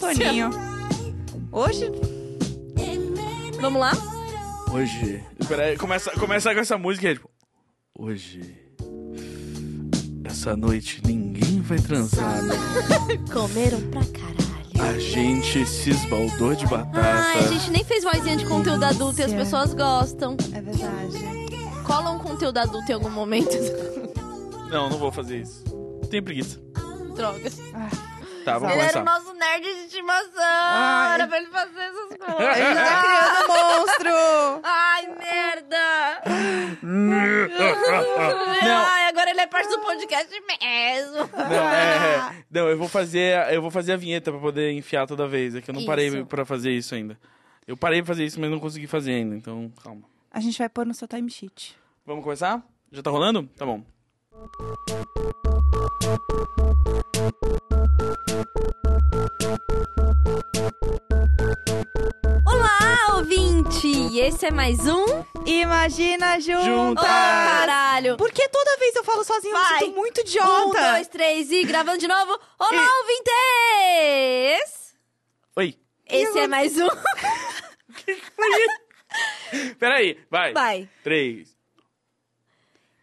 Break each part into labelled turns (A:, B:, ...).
A: Toninho. Hoje,
B: Vamos lá?
C: Hoje. Peraí, começa, começa com essa música, é tipo. Hoje. Essa noite ninguém vai transar. né?
B: Comeram pra caralho.
C: A gente se esbaldou de batata.
B: Ai, a gente nem fez vozinha de conteúdo adulto e as pessoas gostam.
A: é verdade.
B: Colam conteúdo adulto em algum momento.
C: Não, não vou fazer isso. Tenho preguiça.
B: Droga.
C: Tá, vamos
B: Ele era
C: começar.
B: o nosso nerd de estimação.
A: Ai.
B: Era pra ele fazer essas
A: A gente tá
B: coisas.
A: criando monstro!
B: Ai, merda!
C: Não.
B: Ai, agora ele é parte do podcast mesmo.
C: Não, é, é. Não, eu vou fazer, a- eu vou fazer a vinheta pra poder enfiar toda vez. É que eu não parei
B: Isso.
C: pra fazer isso ainda. Eu parei pra fazer isso, mas não consegui fazer ainda. Então, calma.
A: A gente vai pôr no seu timesheet.
C: Vamos começar? Já tá rolando? Tá bom.
B: Olá, ouvinte! Esse é mais um.
A: Imagina
C: Juntas!
B: Oh, caralho!
A: Por que toda vez eu falo sozinho? Eu me
B: Vai.
A: sinto muito
B: Um,
A: idiota!
B: dois, três e gravando de novo. Olá, ouvintes!
C: Oi.
B: Esse é mais um.
C: Peraí, vai.
B: Vai.
C: Três.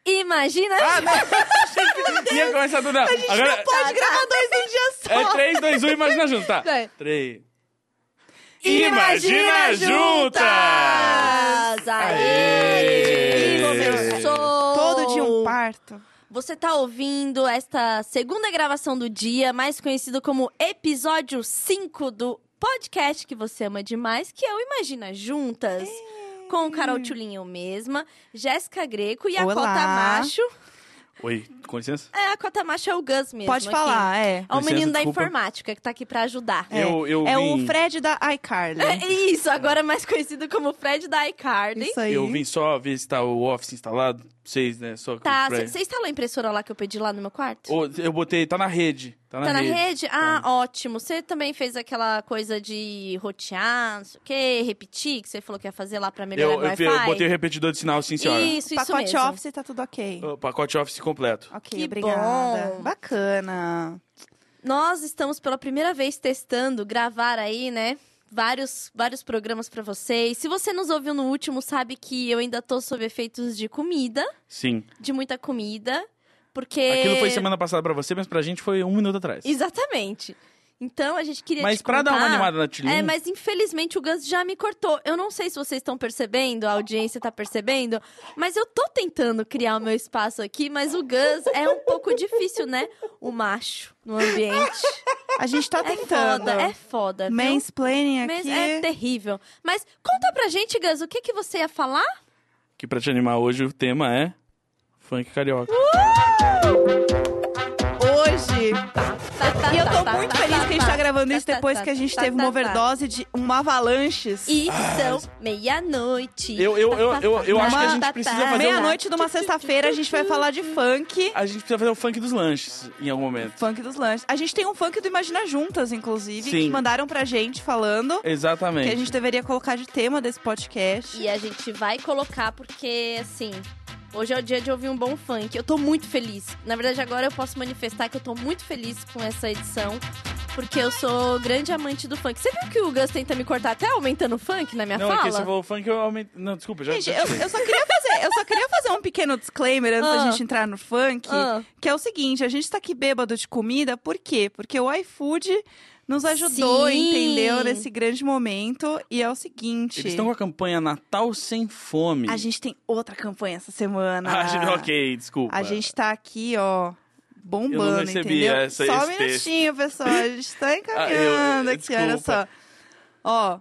B: Imagina.
C: Ah, não! Ia começar do não. Agora
A: Pode gravar dois num dia só!
C: é três, dois, um, imagina junto. Tá.
B: Vai.
C: Três.
A: Imagina juntas!
B: Mas
C: Aê!
B: Aê! Começou!
A: Todo dia um parto.
B: Você tá ouvindo esta segunda gravação do dia, mais conhecido como episódio 5 do podcast que você ama demais, que é o Imagina Juntas. Com Carol Tchulin, eu mesma, Jéssica Greco e a
A: Olá.
B: Cota Macho.
C: Oi, com licença?
B: É, a Cota Macho é o Gus mesmo.
A: Pode
B: aqui.
A: falar, é.
B: É o
C: Licença,
B: menino da
C: desculpa.
B: informática que tá aqui pra ajudar.
A: É.
C: Eu, eu
A: é
C: vim,
A: o Fred da iCarly.
C: Então,
B: É Isso, agora mais conhecido como Fred da iCarly.
A: Isso aí.
C: Eu vim só ver se tá o Office instalado. Vocês, né? Só
B: Tá,
C: pra-
B: você instalou a impressora lá que eu pedi lá no meu quarto?
C: Ô, Eu botei, tá na rede. Tá na
B: tá
C: rede.
B: na rede? Ah, ótimo. Você também fez aquela coisa de rotear, não sei o quê, repetir, que você falou que ia fazer lá pra melhorar
C: Eu,
B: o
C: eu,
B: Wi-Fi?
C: eu botei o repetidor de sinal, sim, senhora.
B: Isso, isso
A: Pacote
B: mesmo.
A: Office, tá tudo ok.
C: O pacote Office completo.
A: Ok,
B: Que
A: obrigada.
B: bom.
A: Bacana.
B: Nós estamos pela primeira vez testando gravar aí, né? Vários, vários programas pra vocês. Se você nos ouviu no último, sabe que eu ainda tô sob efeitos de comida,
C: Sim.
B: de muita comida, porque...
C: Aquilo foi semana passada pra você, mas pra gente foi um minuto atrás.
B: Exatamente. Então, a gente queria
C: Mas
B: te
C: pra dar uma
B: contar-
C: animada na Tilin,
B: É, mas infelizmente o Gus já me cortou. Eu não sei se vocês estão percebendo, a audiência tá percebendo, mas eu tô tentando criar o meu espaço aqui, mas o Gus é um pouco difícil, né? O macho no ambiente.
A: A gente tá
B: É
A: tentando.
B: foda, é foda. viu?
A: Mansplaining
B: Mas
A: aqui.
B: é terrível. Mas conta pra gente, Gus, o que, que você ia falar?
C: que pra te animar hoje o tema é funk carioca.
A: Hoje.
B: Tá, tá,
A: E eu
B: tá,
A: tô
B: tá,
A: muito
B: tá,
A: feliz
B: tá,
A: que a gente tá
B: tá.
A: gravando isso
B: tá,
A: depois
B: tá,
A: que a gente
B: tá,
A: teve
B: tá,
A: uma
B: tá.
A: overdose de uma avalanches.
B: E são meia-noite. Tá,
C: Eu, eu,
A: tá
C: eu, eu, eu acho que a
A: Uma-
C: gente precisa
B: é
C: fazer um...
A: Meia-noite de uma sexta-feira a gente vai falar de funk.
C: A gente precisa fazer o funk dos lanches em algum momento.
A: Funk dos lanches. A gente tem um funk do Imagina Juntas, inclusive,
C: Sim.
A: que mandaram pra gente falando que
C: Exatamente.
A: a gente deveria colocar de tema desse podcast.
B: E é a gente vai colocar porque, assim, hoje é o dia de ouvir um bom funk. Eu tô muito feliz. Na verdade, agora eu posso manifestar que eu tô muito feliz com essa edição. Porque eu sou grande amante do funk. Você viu que o Gus tenta me cortar até aumentando o funk na minha
C: Não, é que
B: fala?
C: você falou funk, eu aumentei... Não, desculpa, já...
A: Gente,
C: já
A: eu,
C: tirei.
A: eu só queria fazer, eu só queria fazer um pequeno disclaimer antes da
B: Ah.
A: gente entrar no funk,
B: Ah.
A: que é o seguinte, a gente tá aqui bêbado de comida, por quê? Porque o iFood nos ajudou,
B: Sim.
A: entendeu, nesse grande momento, e é o seguinte,
C: Eles estão com a campanha Natal Sem Fome.
A: a gente tem outra campanha essa semana.
C: Ah, gente- ok, desculpa.
A: A gente tá aqui, ó, bombando,
C: Eu não recebi
A: entendeu?
C: essa-
A: só um
C: esse texto.
A: minutinho, pessoal, a gente tá encaminhando
C: Ah, eu-
A: aqui, olha
C: desculpa.
A: só. Ó,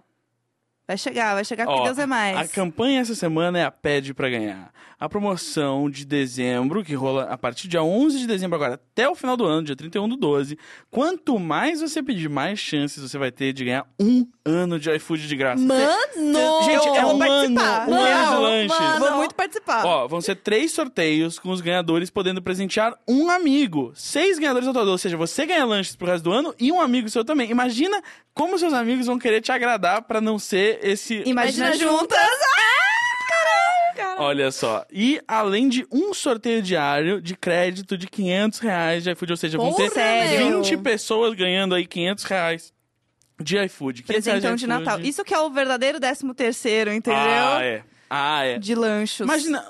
A: vai chegar, vai chegar, porque
C: Ó,
A: Deus é mais.
C: A campanha essa semana é a Pede pra Ganhar. A promoção de dezembro, que rola a partir do dia 11 de dezembro agora até o final do ano, dia 31 do 12. Quanto mais você pedir, mais chances você vai ter de ganhar um ano de iFood de graça.
B: Mano!
C: Gente, é
A: vou
C: um ano,
A: participar.
C: um ano de
A: Não,
C: lanches.
B: mano.
A: Vou muito participar.
C: Ó, vão ser três sorteios com os ganhadores podendo presentear um amigo. Seis ganhadores ao todo, ou seja, você ganha lanches pro resto do ano e um amigo seu também. Imagina como seus amigos vão querer te agradar pra não ser esse
A: Imagina,
B: Imagina
A: juntas.
C: Olha só. E além de um sorteio diário de crédito de 500 reais de iFood, ou seja, vão ter
B: Porra, meu.
C: 20 pessoas ganhando aí 500 reais de iFood. Quem
A: Presentão de
C: pede iFood?
A: Natal. Isso que é o verdadeiro 13 terceiro, entendeu?
C: Ah, é. Ah, é.
A: De lanchos.
C: Imagina,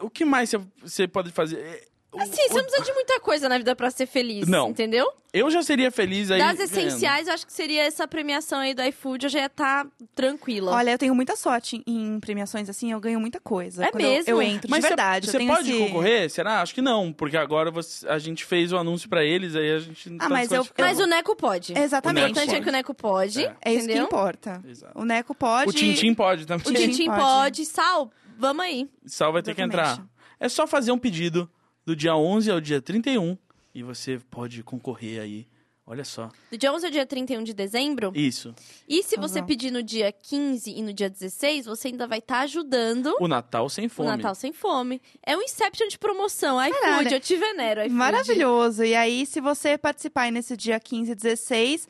C: o que mais você- você pode fazer? É, o-
B: Assim, você não precisa de muita coisa na vida pra ser feliz,
C: Não.
B: entendeu?
C: Eu já seria feliz aí.
B: Das
C: ganhando.
B: essenciais, eu acho que seria essa premiação aí do iFood, eu já ia estar tranquila.
A: Olha, eu tenho muita sorte em em premiações assim, eu ganho muita coisa.
B: É
A: Quando eu-
B: mesmo?
A: Eu, entro,
C: Mas
A: de verdade. eu
C: você
A: tenho
C: pode
A: esse-
C: concorrer? Será? Acho que não, porque agora você- a gente fez o anúncio pra eles, aí a gente não
A: Ah,
C: tá
A: mas eu-
C: desqualificado.
B: Mas o Neco pode. O
C: Né?
A: Exatamente.
B: importante é que o Neco pode,
C: É.
A: É isso que
B: entendeu?
A: importa.
C: Exato.
A: O Neco pode.
C: O Tintim pode também.
B: O
A: Sim,
B: Tintim
A: pode.
B: pode. Sal, vamos aí.
C: Sal vai ter que
A: Exatamente.
C: entrar. É só fazer um pedido do dia 11 ao dia 31 e você pode concorrer aí. Olha só.
B: Do dia 11 ao dia 31 de dezembro.
C: Isso.
B: E se
A: Razão.
B: você pedir no dia 15 e no dia 16, você ainda vai estar ajudando
C: O Natal sem fome.
B: o Natal Sem Fome. É um Inception de promoção. iFood,
A: Caralho.
B: eu te venero, iFood.
A: Maravilhoso. E aí, se você participar aí nesse dia 15 e 16,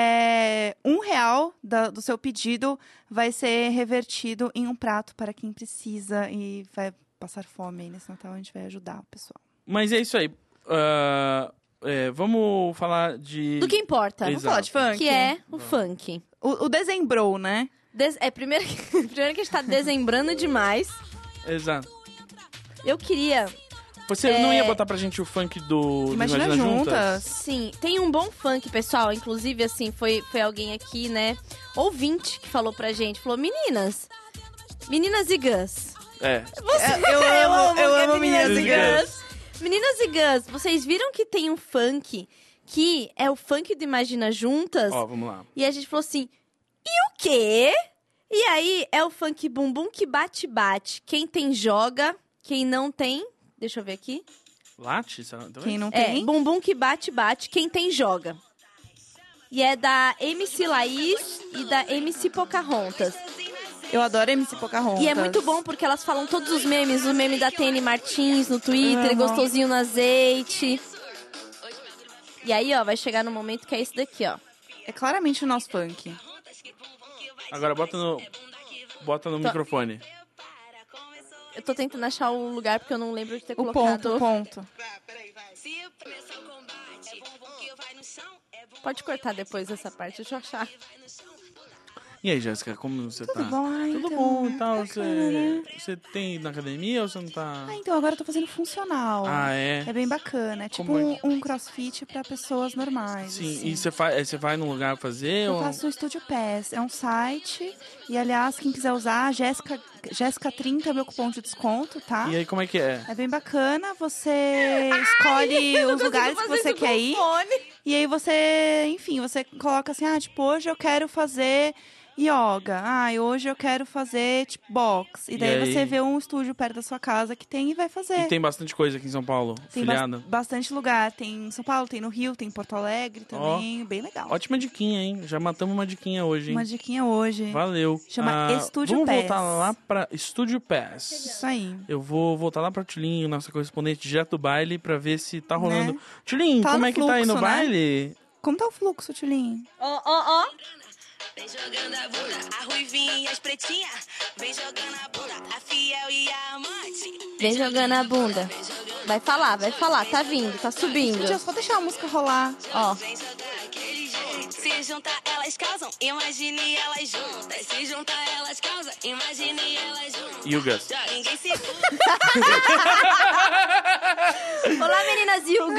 A: é, um real da- do seu pedido vai ser revertido em um prato para quem precisa e vai passar fome aí nesse Natal. A gente vai ajudar o pessoal.
C: Mas é isso aí. Ah, é, vamos falar de.
B: Do que importa,
C: Exato.
A: Vamos falar de funk?
B: que é o
C: Vamos.
B: funk.
A: O, o dezembrou, né?
B: Des- É, primeiro, primeiro que a gente tá dezembrando demais.
C: Exato.
B: Eu queria
C: Você não ia botar pra gente o funk do. do
A: É. Imagina, juntas.
B: Sim, tem um bom funk, pessoal. Inclusive, assim, foi, foi alguém aqui, né? Ouvinte que falou pra gente. Falou, meninas. Meninas e gãs.
C: É.
A: É, Eu amo, eu amo minhas
C: Meninas e
A: ligas.
C: Gans.
B: Meninas e gãs, vocês viram que tem um funk que é o funk do Imagina Juntas?
C: Ó, vamos lá.
B: E a gente falou assim, e o quê? E aí, é o funk bumbum que bate-bate. Quem tem, joga. Quem não tem... Deixa eu ver aqui.
C: Late? então será? Talvez?
A: Quem não
B: É,
A: tem?
B: bumbum que bate, bate, quem tem joga. E é da MC Laís e da MC Pocahontas.
A: Eu adoro MC Pocahontas.
B: E é muito bom porque elas falam todos os memes, o meme da TN Martins no Twitter,
A: Amo.
B: gostosinho no azeite. E aí, ó, vai chegar no momento que é esse daqui, ó.
A: É claramente o nosso funk.
C: Agora bota no. Bota no microfone.
B: Eu tô tentando achar o lugar porque eu não lembro de ter
A: O
B: colocado.
A: ponto, o ponto.
D: Se começar o combate, é bumbum que vai no chão, é bumbum
B: Pode cortar depois essa parte, deixa eu achar.
D: que vai no chão.
C: E aí, Jéssica, como você tá?
A: Tudo bom, ai,
C: Tudo
A: então,
C: bom
A: né?
C: e tal. Você,
A: Bacana.
C: você tem ido na academia ou você não tá.
A: Ah, então agora eu tô fazendo funcional.
C: Ah, é?
A: É bem bacana. É tipo
C: Como é
A: um, um crossfit pra pessoas normais.
C: Sim, é um
A: assim.
C: e você vai, você vai num lugar fazer?
A: Eu
C: ou...
A: faço o Studio Pass, é um site. E aliás, quem quiser usar, Jéssica Jéssica 30 é meu cupom de desconto, tá?
C: E aí, como é que é?
A: É bem bacana, você escolhe os lugares que você quer ir. E aí você, enfim, você coloca assim, ah, tipo, hoje eu quero fazer yoga. Ah, e hoje eu quero fazer tipo, box. E
C: E
A: daí
C: aí?
A: você vê um estúdio perto da sua casa que tem e vai fazer.
C: E tem bastante coisa aqui em São Paulo,
A: É. Tem bas-
C: filiada.
A: bastante lugar. Tem em São Paulo, tem no Rio, tem em Porto Alegre também. Bem legal.
C: Ótima diquinha, hein? Já matamos uma diquinha hoje, hein?
A: Uma diquinha hoje.
C: Valeu. Ah,
A: Chama Estúdio
C: Vamos
A: Pass.
C: voltar lá pra Estúdio Pass.
A: Isso aí.
C: Eu vou voltar lá pra Tilinho, nossa correspondente direto do baile, pra ver se tá
A: Né?
C: rolando. Tilinho,
A: Tá
C: como
A: no
C: é que tá aí no
A: fluxo, né?
C: baile?
A: Como tá o fluxo, Tulinho?
B: Ó, ó, ó.
D: Vem jogando a bunda, a ruivinha e as pretinhas. Vem jogando a bunda, a fiel e a amante.
B: Vem jogando a bunda. Vai falar, vai falar, tá vindo, tá subindo.
A: Gente, é só deixar a música rolar.
B: Ó.
D: Vem jogar aquele jeito. Se juntar, elas causam. Imagine elas juntas. Se juntar, elas causam. Imagine elas juntas.
C: E o Gus?
D: Joga, Ninguém segura.
B: Olá, meninas e o
A: Ah.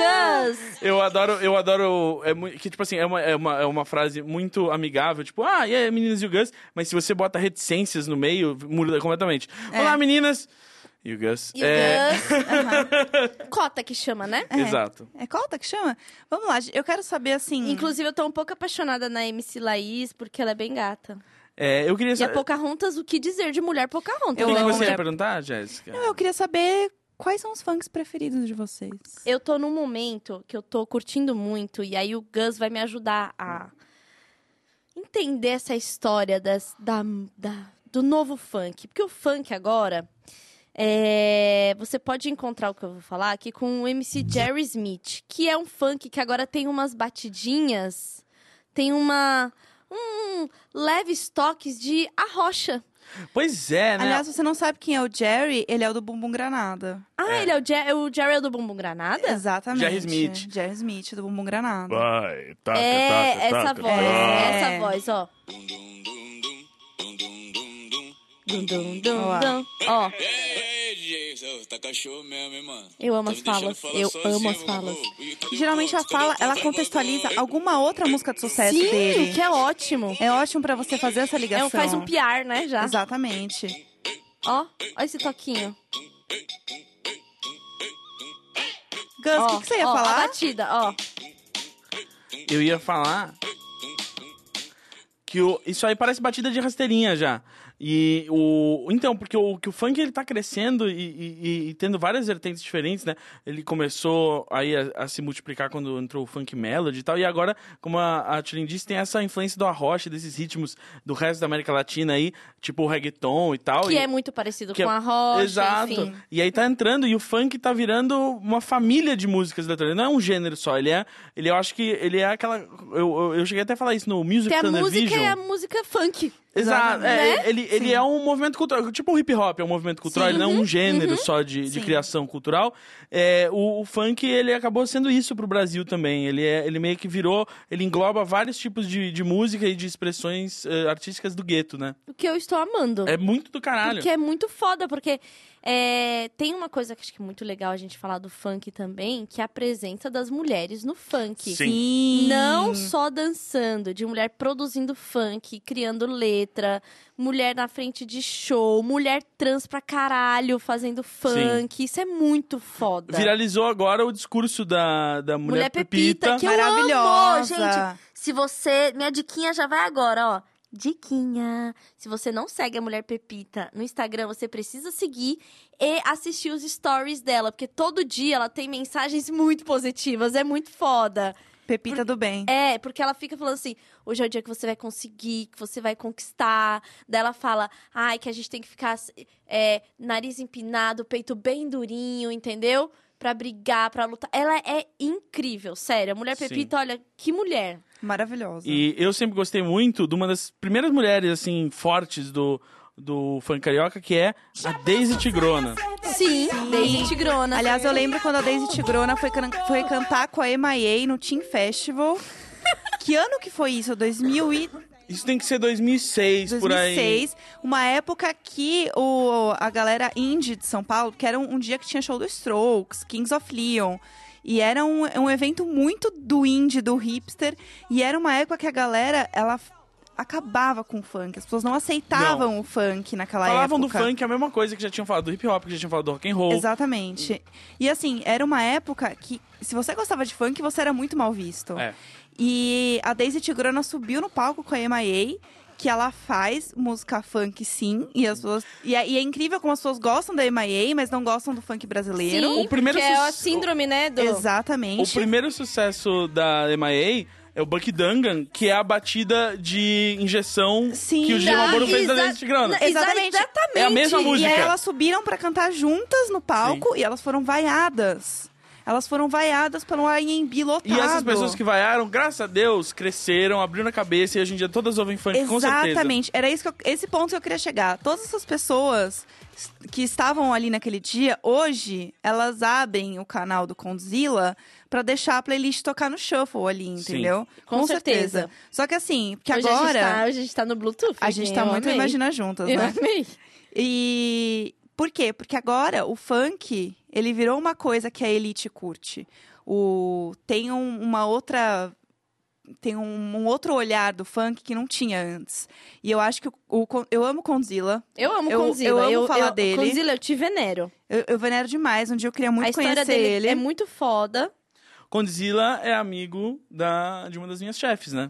B: Gans.
C: Eu adoro, eu adoro. É mui- que, tipo assim, é uma, é, uma, é uma frase muito amigável, tipo, ah, e aí, meninas e o Gus, mas se você bota reticências no meio, muda completamente. Olá, meninas! E o Gus.
B: É.
C: É,
B: E o Gus. Cota que chama, né?
A: É.
C: Exato.
A: É cota que chama? Vamos lá, eu quero saber assim.
B: Inclusive, eu tô um pouco apaixonada na MC Laís, porque ela é bem gata.
C: É, eu queria
B: E a
C: saber.
B: Pocahontas, o que dizer de mulher Pocahontas? é
C: O que
A: Eu
C: que
A: amo
C: você ia
A: mulher.
C: perguntar, Jéssica?
A: Não, eu queria saber quais são os funks preferidos de vocês.
B: Eu tô num momento que eu tô curtindo muito, e aí o Gus vai me ajudar a entender essa história das, da, da- do novo funk. Porque o funk agora. é, você pode encontrar o que eu vou falar aqui com o MC Jerry Smith, que é um funk que agora tem umas batidinhas, tem uma. um leves toques de arrocha.
C: Pois é, né?
A: Aliás, você não sabe quem é o Jerry? Ele é o do Bumbum Granada.
B: Ah, ele é o, Jer o Jerry é do Bumbum Granada?
A: Exatamente.
C: Jerry Smith.
A: Jerry Smith, do Bumbum Granada.
E: Vai, taca, taca,
B: É, essa
E: taca,
B: voz,
E: taca.
A: É.
B: essa voz, ó. Dum, dum, dum, dum. Ó,
F: Tá cachorro mesmo, hein, mano?
B: eu amo
F: Tá
B: as
F: me deixando
B: falas.
F: falar
B: Eu
F: sozinho,
B: amo as
F: vovô.
B: falas.
A: Geralmente a fala, ela contextualiza alguma outra música de sucesso
B: Sim,
A: dele.
B: o que é ótimo.
A: É ótimo pra você fazer essa
B: É,
A: ligação.
B: um- faz um PR, né,
A: tá?
B: já.
A: Exatamente.
B: Ó, ó esse toquinho.
A: Gus, o
B: Ó,
A: que, que você ia
B: ó, A
A: falar?
B: batida, ó.
C: Eu ia falar que o, isso aí parece batida de rasteirinha já. E o então porque o que o funk ele tá crescendo e, e- e- e tendo várias vertentes diferentes, né? Ele começou aí a, a se multiplicar quando entrou o funk melody e tal. E agora, como a, a Tilin disse, tem essa influência do arrocha desses ritmos do resto da América Latina aí, tipo o reggaeton e tal.
B: Que
C: e-
B: é muito parecido
C: que é-
B: com a rocha,
C: Exato.
B: enfim.
C: E aí tá entrando, e o funk tá virando uma família de músicas eletrônicas. Não é um gênero só, ele é. Ele, eu acho que ele é aquela. Eu, eu, eu cheguei até a falar isso no Music
B: Tem a
C: Thunder
B: música
C: Vision.
B: e a música funk.
C: Exato.
B: né?
C: É, ele, ele é um movimento cultural. Tipo o hip hop é um movimento cultural,
B: Sim. Uhum.
C: ele não é um gênero só de, de
A: Sim.
C: criação cultural. É, o, o funk, ele acabou sendo isso pro Brasil também. Ele, é, ele meio que virou. Ele engloba vários tipos de, de música e de expressões eh, artísticas do gueto, né?
B: O que eu estou amando.
C: É muito do caralho.
B: Porque é muito foda, porque é, tem uma coisa que acho que é muito legal a gente falar do funk também, que é a presença das mulheres no funk.
C: Sim.
B: Não só dançando, de mulher produzindo funk, criando letra, mulher na frente de show, mulher trans pra caralho fazendo funk. Isso é muito foda.
A: Tá.
C: Viralizou agora o discurso da, da mulher,
B: Mulher Pepita, que eu amo,
A: Maravilhosa.
B: gente. Se você. Minha diquinha já vai agora, ó. Diquinha. Se você não segue a Mulher Pepita no Instagram, você precisa seguir e assistir os stories dela, porque todo dia ela tem mensagens muito positivas, é muito foda.
A: Pepita do bem.
B: É, porque ela fica falando assim: hoje é o dia que você vai conseguir, que você vai conquistar. Daí ela fala: ai, que a gente tem que ficar é, nariz empinado, peito bem durinho, entendeu? Pra brigar, pra lutar. Ela é incrível, sério. A mulher
C: Sim.
B: Pepita, olha, que mulher.
A: É. Maravilhosa.
C: E eu sempre gostei muito de uma das primeiras mulheres, assim, fortes do, do funk carioca, que é a Daisy Tigrona.
B: Sim, Daisy Tigrona.
A: Aliás, eu lembro quando a Daisy Tigrona foi, can- foi cantar com a MIA no Teen Festival. que ano que foi isso? 2000 e
C: Isso tem que ser 2006, por aí.
A: 2006, uma época que o, a galera indie de São Paulo, que era um, um dia que tinha show do Strokes, Kings of Leon, e era um, um evento muito do indie, do hipster, e era uma época que a galera, ela f- acabava com o funk, as pessoas não aceitavam o funk naquela
C: Falavam do
A: época.
C: funk a mesma coisa que já tinham falado do hip hop, que já tinham falado do rock and roll.
A: Exatamente. E assim, era uma época que, se você gostava de funk, você era muito mal visto.
C: É.
A: E a Daisy Tigrona subiu no palco com a MIA, que ela faz música funk sim. E, as pessoas, e, é, e é incrível como as pessoas gostam da MIA, mas não gostam do funk brasileiro.
B: Sim,
C: o primeiro
B: que é a
C: sus-
B: síndrome, né? Do...
C: O
A: Exatamente.
C: primeiro sucesso da MIA é o Buck Dangan, que é a batida de injeção
A: Sim.
C: que o Gil
A: Da-
C: Amor fez da
B: exa-
C: Daisy Tigrona.
B: na- exa-
A: Exatamente.
B: Exatamente.
C: É a mesma
A: E aí
C: música.
A: elas subiram pra cantar juntas no palco e elas foram vaiadas. Elas foram vaiadas pelo Airbnb lotado.
C: E essas pessoas que vaiaram, graças a Deus, cresceram, abriram a cabeça e hoje em dia todas ouvem funk, com certeza.
A: Exatamente. Era isso que eu- esse ponto que eu queria chegar. Todas essas pessoas s- que estavam ali naquele dia, hoje, elas abrem o canal do Condzilla pra deixar a playlist tocar no shuffle ali, entendeu?
B: Com certeza.
A: Só que assim, porque
B: Hoje a gente, tá,
A: agora
B: hoje a gente tá no Bluetooth.
A: a gente
B: né?
A: tá
B: Eu
A: muito
B: amei.
A: imagina juntas,
B: Eu
A: né?
B: amei.
A: E por quê? Porque agora o funk, ele virou uma coisa que a elite curte. O tem um- uma outra tem um, um outro olhar do funk que não tinha antes. E eu acho que o, o Con- eu amo Condzilla.
B: Eu amo
A: Eu-
B: Conzilla.
A: eu amo falar dele.
B: Conzilla, eu te venero.
A: Eu, eu venero demais, um dia eu queria
B: a
A: muito
B: história
A: conhecer
B: dele
A: ele.
B: é muito foda.
C: Condzilla é amigo da, de uma das minhas chefes, né?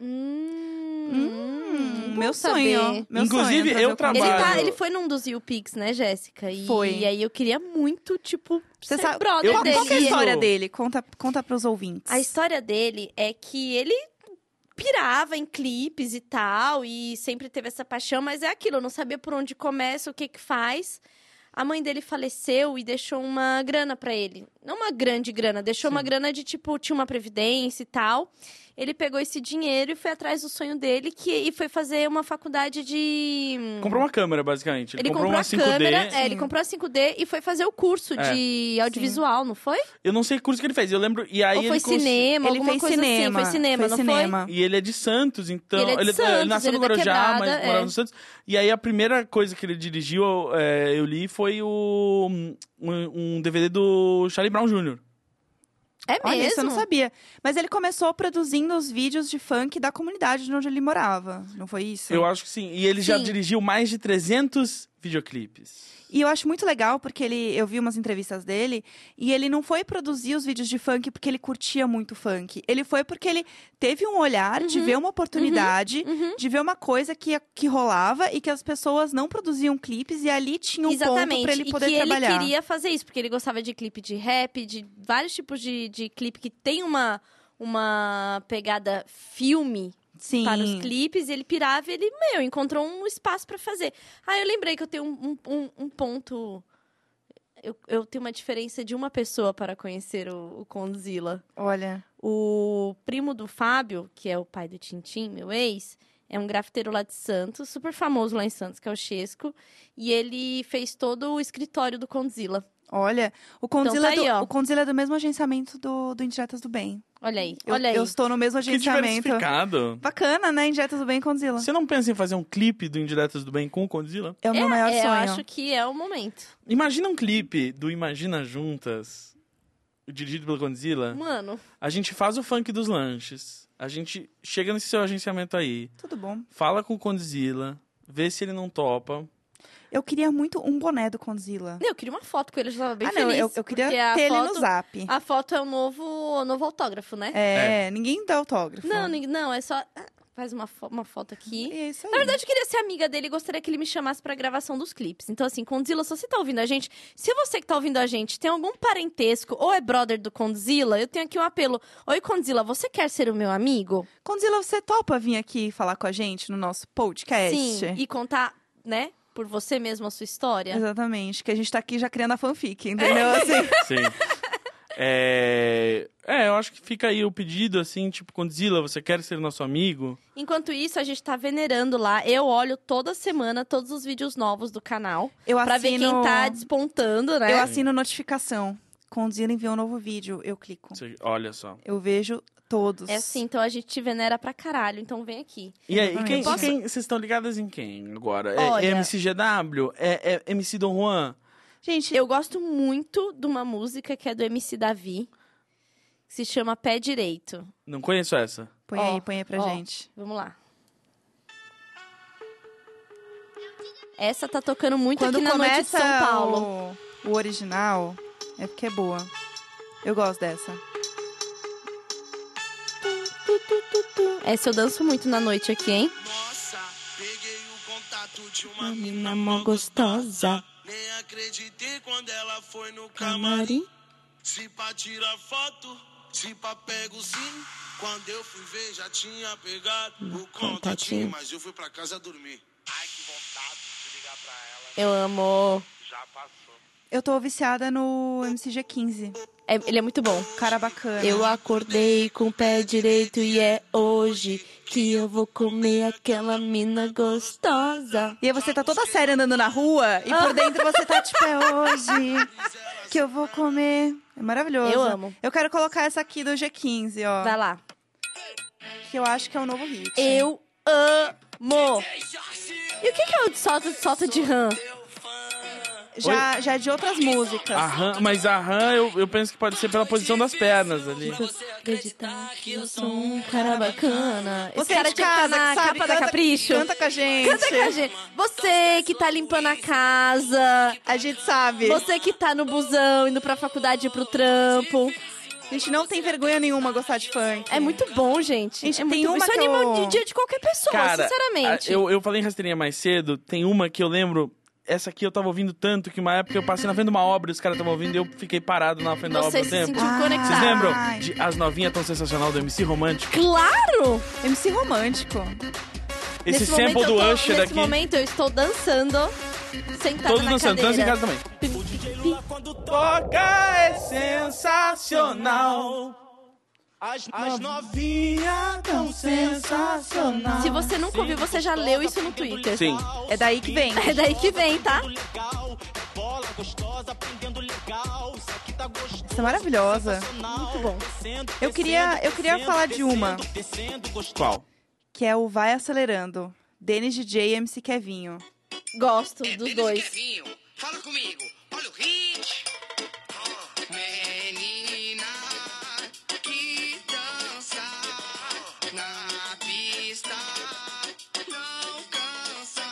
B: Hum,
A: Hum,
B: bom
A: meu
B: saber.
A: sonho, meu
C: Inclusive,
A: sonho, trazer o
C: eu
A: Condzilla.
B: Ele,
C: trabalho-
B: tá, ele foi num dos YouPix, né, Jéssica? E,
A: Foi.
B: e aí eu queria muito, tipo,
A: Você
B: ser
A: sabe-
B: brother
C: Eu-
A: Qual,
B: dele.
A: qual que é a
C: Isso.
A: história dele? Conta conta para os ouvintes.
B: A história dele é que ele pirava em clipes e tal, e sempre teve essa paixão, mas é aquilo, eu não sabia por onde começa, o que que faz. A mãe dele faleceu e deixou uma grana pra ele. não uma grande grana, deixou uma grana de tipo, tinha uma previdência e tal. Ele pegou esse dinheiro e foi atrás do sonho dele que, e foi fazer uma faculdade de.
C: Comprou uma câmera, basicamente. Ele,
B: Hum. Ele
C: comprou,
B: comprou,
C: uma
B: a
C: 5D.
B: câmera, é, ele
A: Sim.
B: comprou a 5D e foi fazer o curso
C: É.
B: de audiovisual, não foi?
C: Eu não sei que curso que ele fez. Eu lembro. E aí
B: Ou foi
C: ele cons-
A: Ele
B: cinema, é alguma
A: fez
B: coisa
A: cinema.
B: assim. Foi cinema, não
A: cinema.
C: E ele é de Santos, então.
B: Ele é de Santos,
C: nasceu
B: ele
C: no
B: é da
C: Guarujá,
B: quebrada,
C: mas
B: é.
C: morava no Santos. E aí a primeira coisa que ele dirigiu, é, eu li, foi o, um, um DVD do Charlie Brown Jr.
B: foi? É mesmo?
A: Olha, isso eu não sabia. Mas ele começou produzindo os vídeos de funk da comunidade de onde ele morava. Não foi isso?
C: Eu acho que sim. E ele já
B: Sim.
C: dirigiu mais de 300 videoclipes.
A: E eu acho muito legal porque ele, eu vi umas entrevistas dele e ele não foi produzir os vídeos de funk porque ele curtia muito funk. Ele foi porque ele teve um olhar de ver uma oportunidade,
B: Uhum.
A: de ver uma coisa que, que rolava e que as pessoas não produziam clipes e ali tinha um ponto
B: Exatamente.
A: pra ele poder
B: e que
A: trabalhar.
B: ele queria fazer isso, porque ele gostava de clipe de rap, de vários tipos de, de clipe que tem uma, uma pegada filme
A: Sim.
B: para os clipes. E ele pirava e ele, meu, encontrou um espaço pra fazer. Ah, eu lembrei que eu tenho um, um- um- um ponto... Eu, eu tenho uma diferença de uma pessoa para conhecer o, o Condzilla.
A: Olha.
B: O primo do Fábio, que é o pai do Tintim, meu ex, é um grafiteiro lá de Santos, super famoso lá em Santos, que é o Chesco. E ele fez todo o escritório do Condzilla.
A: Olha, o Condzilla,
B: tá aí,
A: é,
B: ó.
A: do, o Condzilla é do mesmo agenciamento do, do Indiretas do Bem.
B: Olha aí,
A: Eu,
B: olha aí.
A: eu estou no mesmo
C: Que
A: agenciamento.
C: diversificado.
A: Bacana, né? Indiretas do Bem e Condzilla.
C: Você não pensa em fazer um clipe do Indiretas do Bem com o Condzilla?
A: É o meu maior
B: É,
A: sonho.
B: eu acho que é o momento.
C: Imagina um clipe do Imagina Juntas, dirigido pelo Condzilla.
B: Mano,
C: A gente faz o funk dos lanches. A gente chega nesse seu agenciamento aí.
A: Tudo bom.
C: Fala com o Condzilla. Vê se ele não topa.
A: Eu queria muito um boné do Condzilla.
B: eu queria uma foto com ele, eu já tava bem
A: ah,
B: feliz.
A: não, eu, eu queria
B: porque a
A: ter ele
B: foto-
A: no zap.
B: A foto é o novo, o novo autógrafo, né?
A: É, ninguém dá autógrafo.
B: Não, ningu- não, é só... ah, Faz uma, fo- uma foto aqui.
A: E é isso aí.
B: Na verdade, eu queria ser amiga dele e gostaria que ele me chamasse pra gravação dos clipes. Então, assim, Condzilla, se você tá ouvindo a gente, se você que tá ouvindo a gente tem algum parentesco ou é brother do Condzilla, eu tenho aqui um apelo. Oi, Condzilla, você quer ser o meu amigo?
A: Condzilla, você topa vir aqui falar com a gente no nosso podcast?
B: Sim. E contar, né, por você mesmo a sua história?
A: Exatamente, que a gente tá aqui já criando a fanfic, entendeu? Assim,
C: Sim. É... é, eu acho que fica aí o pedido, assim, tipo, Condzilla, você quer ser nosso amigo?
B: Enquanto isso, a gente tá venerando lá. Eu olho toda semana todos os vídeos novos do canal.
A: eu assino...
B: Pra ver quem tá despontando, né?
A: Eu assino notificação. Condzilla enviou um novo vídeo, eu clico.
C: Você- Olha só.
A: Eu vejo todos.
B: É assim, então a gente te venera pra caralho. Então vem aqui.
C: E aí, e
A: Exatamente.
C: quem, e
A: Posso-
C: quem- vocês estão ligadas em quem agora?
B: Olha-
C: É, é MCGW? É, é MC Don Juan?
A: Gente,
B: Eu gosto muito de uma música que é do MC Davi, que se chama Pé Direito.
C: Não conheço essa.
A: põe
B: Ó,
A: aí, põe aí pra
B: ó.
A: gente.
B: Vamos lá. Essa tá tocando muito
A: Quando
B: aqui na noite de
A: começa
B: São Paulo.
A: O, o original, é porque é boa. Eu gosto dessa.
B: Essa eu danço muito na noite aqui, hein?
G: Nossa, peguei o contato de uma
B: Menina mó gostosa,
G: Nem acreditei quando ela foi no camarim. Se pra tirar foto, se pra pega o sino. Quando eu fui ver, já tinha pegado o contatinho. Mas eu fui pra casa dormir. Ai, que vontade de ligar pra ela.
B: Eu amo.
G: Já passou.
A: Eu tô viciada no MCG15.
B: É- ele é muito bom.
A: Cara bacana.
H: Eu acordei com o pé direito e é hoje que eu vou comer aquela mina gostosa.
A: E aí você tá toda séria andando na rua e por dentro você tá tipo, é hoje que eu vou comer. É maravilhoso.
B: Eu amo.
A: Eu quero colocar essa aqui do G15, ó.
B: Vai lá.
A: Que eu acho que é o novo hit.
B: Eu amo. E o que, que é o solta, solta de rã?
A: Já, já é de outras músicas.
B: Ah.
C: A Ram- mas a Ram, eu, eu penso que pode ser pela posição das pernas ali.
H: Acreditar que eu sou um
B: Cara bacana. Esse
A: Você
B: cara
A: de
B: tinha que tá
A: casa,
B: na
A: que sabe,
B: capa da
A: canta-
B: Capricho.
A: Canta com a gente.
B: Canta com a gente. Você que tá limpando a casa.
A: A gente sabe.
B: Você que tá no busão, indo pra faculdade e pro trampo.
A: A gente não tem vergonha nenhuma gostar de funk.
B: É muito bom, gente.
A: Gente,
B: é
A: tem
B: muito bom.
A: uma
B: Isso
A: que
B: anima
A: eu-
B: o dia de qualquer pessoa,
C: Cara,
B: sinceramente.
C: a- Eu, eu falei em rasteirinha mais cedo, tem uma que eu lembro. Essa aqui eu tava ouvindo tanto que uma época eu passei na frente de uma obra e os caras estavam ouvindo e eu fiquei parado na frente da obra
B: Você
C: um
B: se
C: tempo.
B: sentiu conectado.
C: Vocês lembram
A: Ai.
C: de As Novinhas Tão Sensacional do MC Romântico?
B: Claro!
A: MC romântico.
C: Esse
B: Nesse
C: sample
B: momento
C: do
B: eu tô,
C: Usher
B: Nesse
C: aqui.
B: momento eu estou dançando sentada
C: Todos
B: na
C: dançando,
B: cadeira.
C: dança em casa também. Toca é sensacional. As, as novinhas tão sensacional.
B: Se você nunca ouviu, você já leu isso no Twitter.
C: Sim.
A: É daí que vem.
B: É daí que vem, tá?
I: é tá
A: Essa é maravilhosa.
B: Muito bom.
A: Eu queria, eu queria falar de uma,
C: Qual?
A: que é o Vai Acelerando. Denis DJ e MC Kevinho.
B: Gosto dos dois.
D: É, Kevinho, fala comigo. Olha o hit. Oh, menina que dança na pista. Não cansa.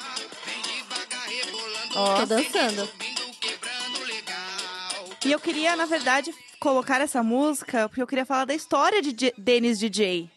D: Vem devagar rebolando.
B: Tô dançando.
D: Subindo, quebrando legal.
A: E eu queria, na verdade, colocar essa música porque eu queria falar da história de J- Dennis DJ.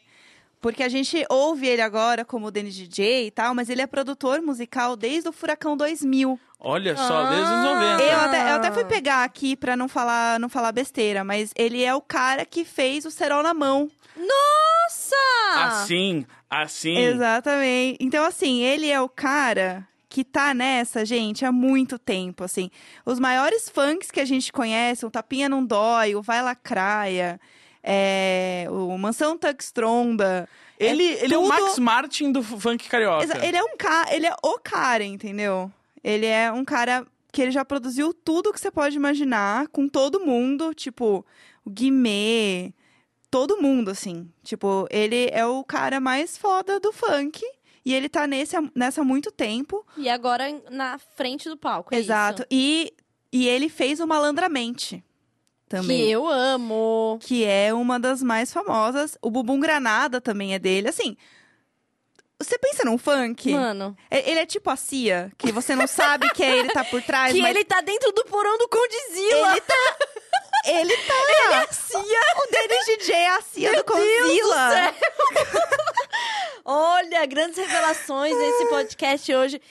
A: Porque a gente ouve ele agora como Dennis DJ e tal, mas ele é produtor musical desde o Furacão 2000.
C: Olha só, desde os 90.
A: Eu até, eu até fui pegar aqui pra não falar, não falar besteira, mas ele é o cara que fez o Serol na Mão.
B: Nossa!
C: Assim, assim.
A: Exatamente. Então, assim, ele é o cara que tá nessa, gente, há muito tempo, assim. Os maiores funks que a gente conhece, o Tapinha Não Dói, o Vai Lacraia, é, o Mansão Tux Tronda.
C: Ele,
A: é
C: ele é o
A: tudo-
C: Max Martin do funk carioca.
A: Exa- Ele é um cara, ele é o cara, entendeu? Ele é um cara que ele já produziu tudo que você pode imaginar com todo mundo, tipo, o Guimê, todo mundo, assim. Tipo, ele é o cara mais foda do funk. E ele tá nesse, há- nessa há muito tempo.
B: E agora na frente do palco. é
A: Exato.
B: isso.
A: E, e ele fez o Malandramente também.
B: Que eu amo.
A: que é uma das mais famosas. O Bubum Granada também é dele. Assim, você pensa num funk?
B: Mano.
A: É- Ele é tipo a Cia, que você não sabe que é ele tá por trás,
B: que
A: mas
B: ele tá dentro do porão do Condizila.
A: ele tá.
B: é
A: O Dennis DJ é a Cia do Conzilla.
B: Olha, grandes revelações nesse podcast hoje.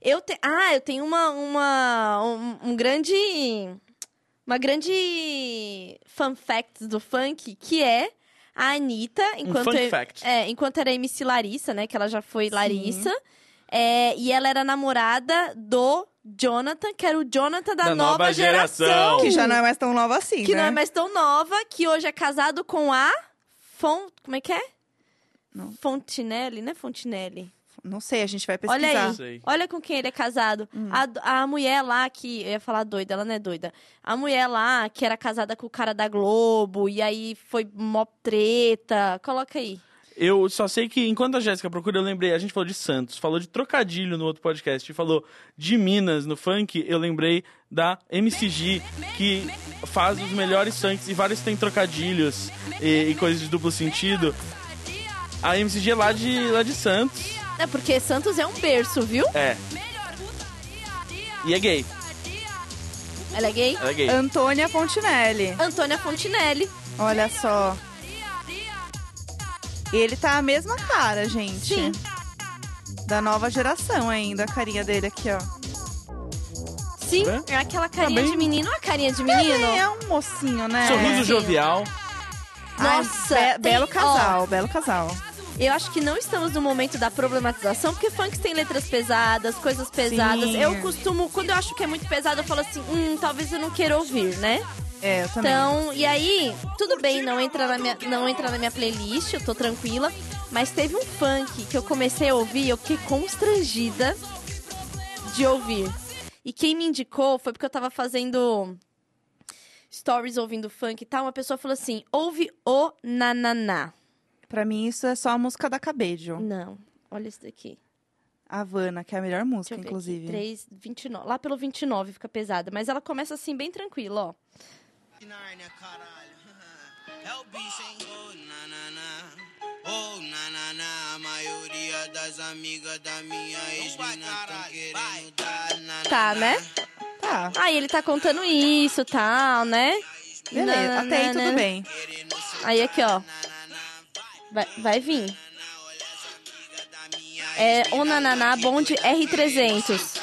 B: Eu te... Ah, eu tenho uma, uma um, um grande uma grande fun fact do funk que é a Anitta, enquanto
C: Um fun
B: eu-
C: fact.
B: é, enquanto era MC Larissa, né, que ela já foi Larissa, é, e ela era namorada do Jonathan, que era o Jonathan da,
C: Da
B: nova,
C: nova
B: geração,
C: geração.
A: Que já não é mais tão nova assim,
B: que
A: né?
B: não é mais tão nova, que hoje é casado com a Fon... Como é que é?
A: Não.
B: Fontinelli, né? Fontinelli.
A: Não sei, a gente vai pesquisar. Hum.
B: Olha aí.
C: Sei.
B: Olha com quem ele é casado. A, do- a mulher lá que... Eu ia falar doida, ela não é doida. A mulher lá que era casada com o cara da Globo, e aí foi mó treta. Coloca aí.
C: Eu só sei que enquanto a Jéssica procura, eu lembrei. A gente falou de Santos, falou de trocadilho no outro podcast, e falou de Minas no funk. Eu lembrei da MCG, que faz os melhores funks e vários têm trocadilhos e, e coisas de duplo sentido. A MCG é lá de, lá de Santos.
B: É porque Santos é um berço, viu?
C: É. E é gay.
B: Ela é gay.
C: Ela é gay.
A: Antônia Fontinelli.
B: Antônia Fontinelli.
A: Olha só. Ele tá a mesma cara, gente.
B: Sim.
A: Da nova geração ainda, a carinha dele aqui, ó.
B: Sim,
C: Tá
B: é aquela carinha
C: bem. Tá
B: de menino. Uma carinha de
A: É,
B: menino.
A: é um mocinho, né?
C: Sorriso jovial.
A: Ai,
B: Nossa,
A: be-
B: tem-
A: belo
B: ó.
A: casal, belo casal.
B: Eu acho que não estamos no momento da problematização, porque funks tem letras pesadas, coisas pesadas.
A: Sim.
B: Eu costumo, quando eu acho que é muito pesado, eu falo assim, hum, talvez eu não queira ouvir, né?
A: É, eu também.
B: Então, e aí, tudo bem, não entra, na minha, não entra na minha playlist, eu tô tranquila. Mas teve um funk que eu comecei a ouvir e eu fiquei constrangida de ouvir. E quem me indicou foi porque eu tava fazendo stories ouvindo funk e tal. Uma pessoa falou assim: ouve o nananá.
A: Pra mim, isso é só a música da Cabejo.
B: Não, olha isso daqui.
A: Havana, que é a melhor música,
B: Deixa eu ver
A: inclusive.
B: Aqui. 3, 29. Lá pelo 29 fica pesada. Mas ela começa assim, bem tranquila, ó.
G: Nárnia, caralho. É o bicho, hein? Oh, nananá. Oh, nananá. A maioria das amigas da minha ex-mina tão querendo dar nananá.
B: Tá, né?
A: Tá,
B: Aí ele tá contando isso, tal, né?
A: beleza.
B: Nananana.
A: Até aí tudo bem.
B: Aí aqui, ó. Vai, vai vir. É o Nananá Bond R300.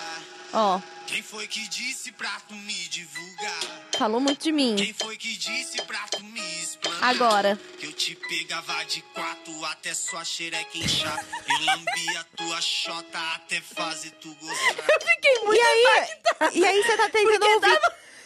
B: Ó,
G: Quem foi que disse pra tu me divulgar?
B: falou muito de mim.
G: Quem foi que disse pra tu me explanar?
B: Agora.
G: Que eu
I: te
G: te
I: pegava de quatro até sua xereca inchar. Eu lambia tua xota até fazer tu gostar.
B: Fiquei muito
A: E aí, e aí você tá tentando ouvir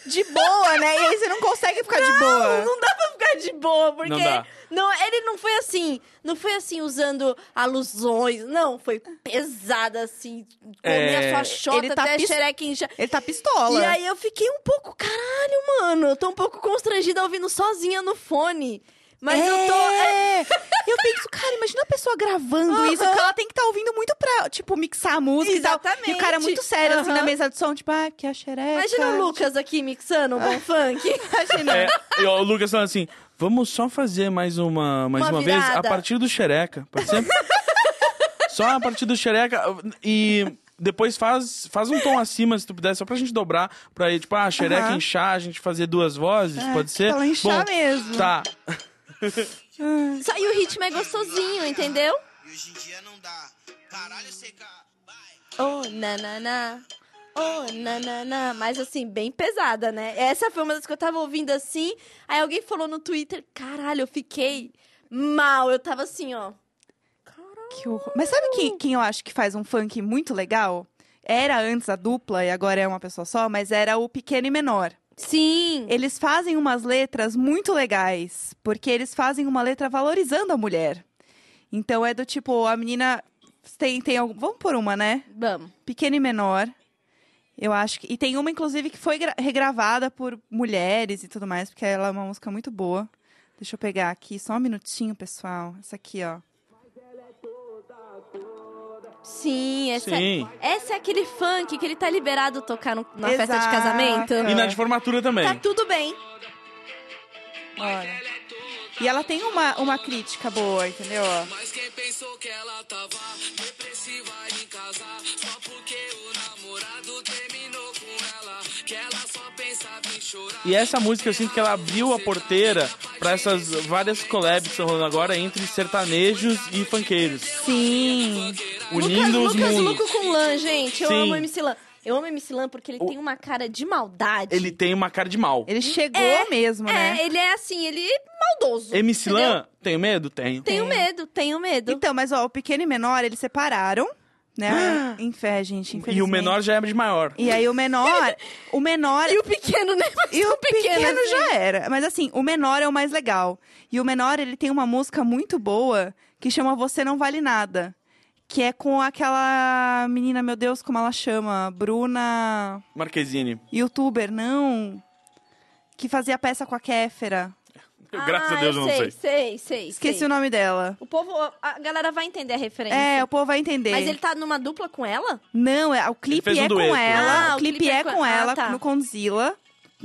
A: de boa, né? E aí você não consegue ficar de boa.
B: Não, não dá pra ficar de boa, porque.
C: Não dá.
B: não, ele não foi assim. Não foi assim usando alusões. Não, foi pesada assim. Comer
C: É,
B: a sua
A: ele
B: xota
A: tá
B: até
A: pis-
B: xereca incha.
A: Ele tá pistola.
B: E aí eu fiquei um pouco, caralho, mano. Eu tô um pouco constrangida ouvindo sozinha no fone. Mas eu tô. é,
A: É. Eu penso, cara, imagina a pessoa gravando isso, porque ela tem que estar ouvindo muito pra, tipo, mixar a música e tal. E o
B: Exatamente.
A: cara é muito sério, assim,
B: Aham.
A: na mesa de som, tipo, ah, que a xereca.
B: Imagina o Lucas aqui mixando um bom funk.
A: É, Imagina.
C: É, e ó, o Lucas falando assim: vamos só fazer mais uma, mais uma,
B: Uma
C: vez a
B: virada.
C: partir do xereca. Pode ser? só a partir do xereca. E depois faz, faz um tom acima, se tu puder, só pra gente dobrar. Pra ir, tipo, ah, xereca
A: Aham.
C: inchar, a gente fazer duas vozes,
B: É,
C: pode ser?
A: ela inchar
C: Bom,
A: mesmo.
C: Tá.
B: Só, e o ritmo é gostosinho, entendeu?
I: E hoje em dia não dá. Caralho, seca. Vai.
B: Oh, nanana. Oh, nanana. Mas assim, bem pesada, né? Essa foi uma das que eu tava ouvindo assim. Aí alguém falou no Twitter: caralho, eu fiquei mal. Eu tava assim, ó.
A: Que horror. Mas sabe quem, quem eu acho que faz um funk muito legal? Era antes a dupla e agora é uma pessoa só, mas era o pequeno e menor.
B: Sim.
A: Eles fazem umas letras muito legais, porque eles fazem uma letra valorizando a mulher. Então é do tipo, a menina tem, tem algum. Vamos por uma, né?
B: Vamos.
A: Pequeno e menor. Eu acho que. E tem uma, inclusive, que foi gra- regravada por mulheres e tudo mais, porque ela é uma música muito boa. Deixa eu pegar aqui, só um minutinho, pessoal. Essa aqui, ó.
B: Sim, essa,
C: Sim.
B: essa é aquele funk que ele tá liberado tocar no- na festa de
A: Exato.
B: casamento.
C: E na de formatura também.
B: é- Tá tudo bem.
A: Olha. E ela tem uma, uma crítica boa, entendeu?
G: Mas quem pensou que ela tava depressiva em casar? Só porque o namorado terminou com ela. Que ela só pensava em chorar.
C: E essa música eu sinto que ela abriu a porteira pra essas várias collabs que estão rolando agora entre sertanejos e funkeiros.
A: Sim.
B: Lucas,
C: Unindo os
B: Lucas
C: mundos.
B: Luco com Lan, gente. Eu
C: Sim.
B: amo MC Lan. Eu amo MC Lan porque ele tem uma cara de maldade.
C: Ele tem uma cara de mal.
A: Ele chegou mesmo, né?
B: É, ele é assim, ele é maldoso.
C: MC Lan, tenho medo? Tenho.
B: Tenho medo, tenho medo.
A: Então, mas ó, o pequeno e menor, eles separaram, né? Em fé, gente,
C: E o
A: infelizmente.
C: menor já é de maior.
A: E aí o menor, o menor
B: E o pequeno, né? Mas
A: E o pequeno,
B: assim,
A: já era. Mas assim, o menor é o mais legal. E o menor, ele tem uma música muito boa que chama Você Não Vale Nada. Que é com aquela menina, meu Deus, como ela chama? Bruna,
C: Marquezine.
A: youtuber, não. Que fazia peça com a Kéfera.
E: Graças a Deus eu não sei.
B: Ah, Sei, sei,
A: Esqueci
B: sei.
A: o nome dela.
B: O povo, a galera vai entender a referência.
A: É, o povo vai entender.
B: Mas ele tá numa dupla com ela?
A: Não, é, o clipe
C: fez um
A: é com
C: dueto, né?
A: ela.
B: Ah,
A: o clipe é com
B: ah,
A: ela
B: tá.
A: no Conzilla.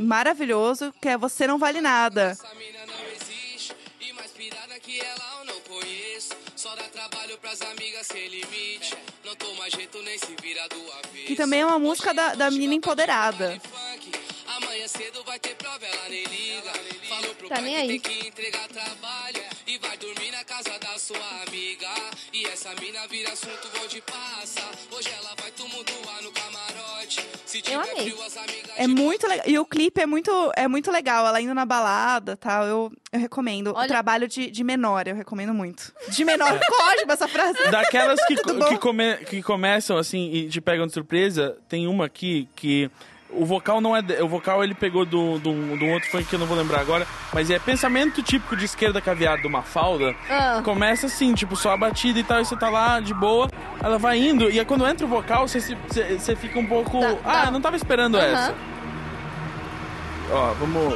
A: Maravilhoso, que é Você Não Vale Nada.
G: Essa mina não existe. E mais pirada que ela eu não conheço. Só dá trabalho pras amigas sem limite. Não toma jeito nem se vira do avesso.
A: Que também é uma música da, da menina empoderada.
G: funk. Amanhã cedo vai ter prova, ela nem liga. Falou pro
B: Tá
G: pai
B: nem
G: que
B: aí.
G: tem que entregar trabalho. E vai dormir na casa da sua amiga. E essa mina vira assunto onde passa. Hoje ela vai tumultuar no camarote. Se tiver
B: amei.
G: frio, as amigas
A: É muito legal. E o clipe é muito, é muito legal. Ela indo na balada tal. Eu, eu recomendo. O
B: Olha-
A: trabalho de, de menor, eu recomendo muito. De menor. Ficou ótima essa frase.
C: Daquelas que,
A: Tudo
C: que,
A: bom?
C: come- que começam assim e te pegam de surpresa, tem uma aqui que. O vocal não é. de- O vocal ele pegou do, do, do outro funk que eu não vou lembrar agora, mas é pensamento típico de esquerda caviar de uma falda.
B: Ah.
C: Começa assim, tipo, só a batida e tal, e você tá lá de boa, ela vai indo, e aí quando entra o vocal, você, se- você, você fica um pouco.
B: Dá-
C: ah,
B: dá-
C: não tava esperando
B: Aham.
C: essa. Ó, vamos.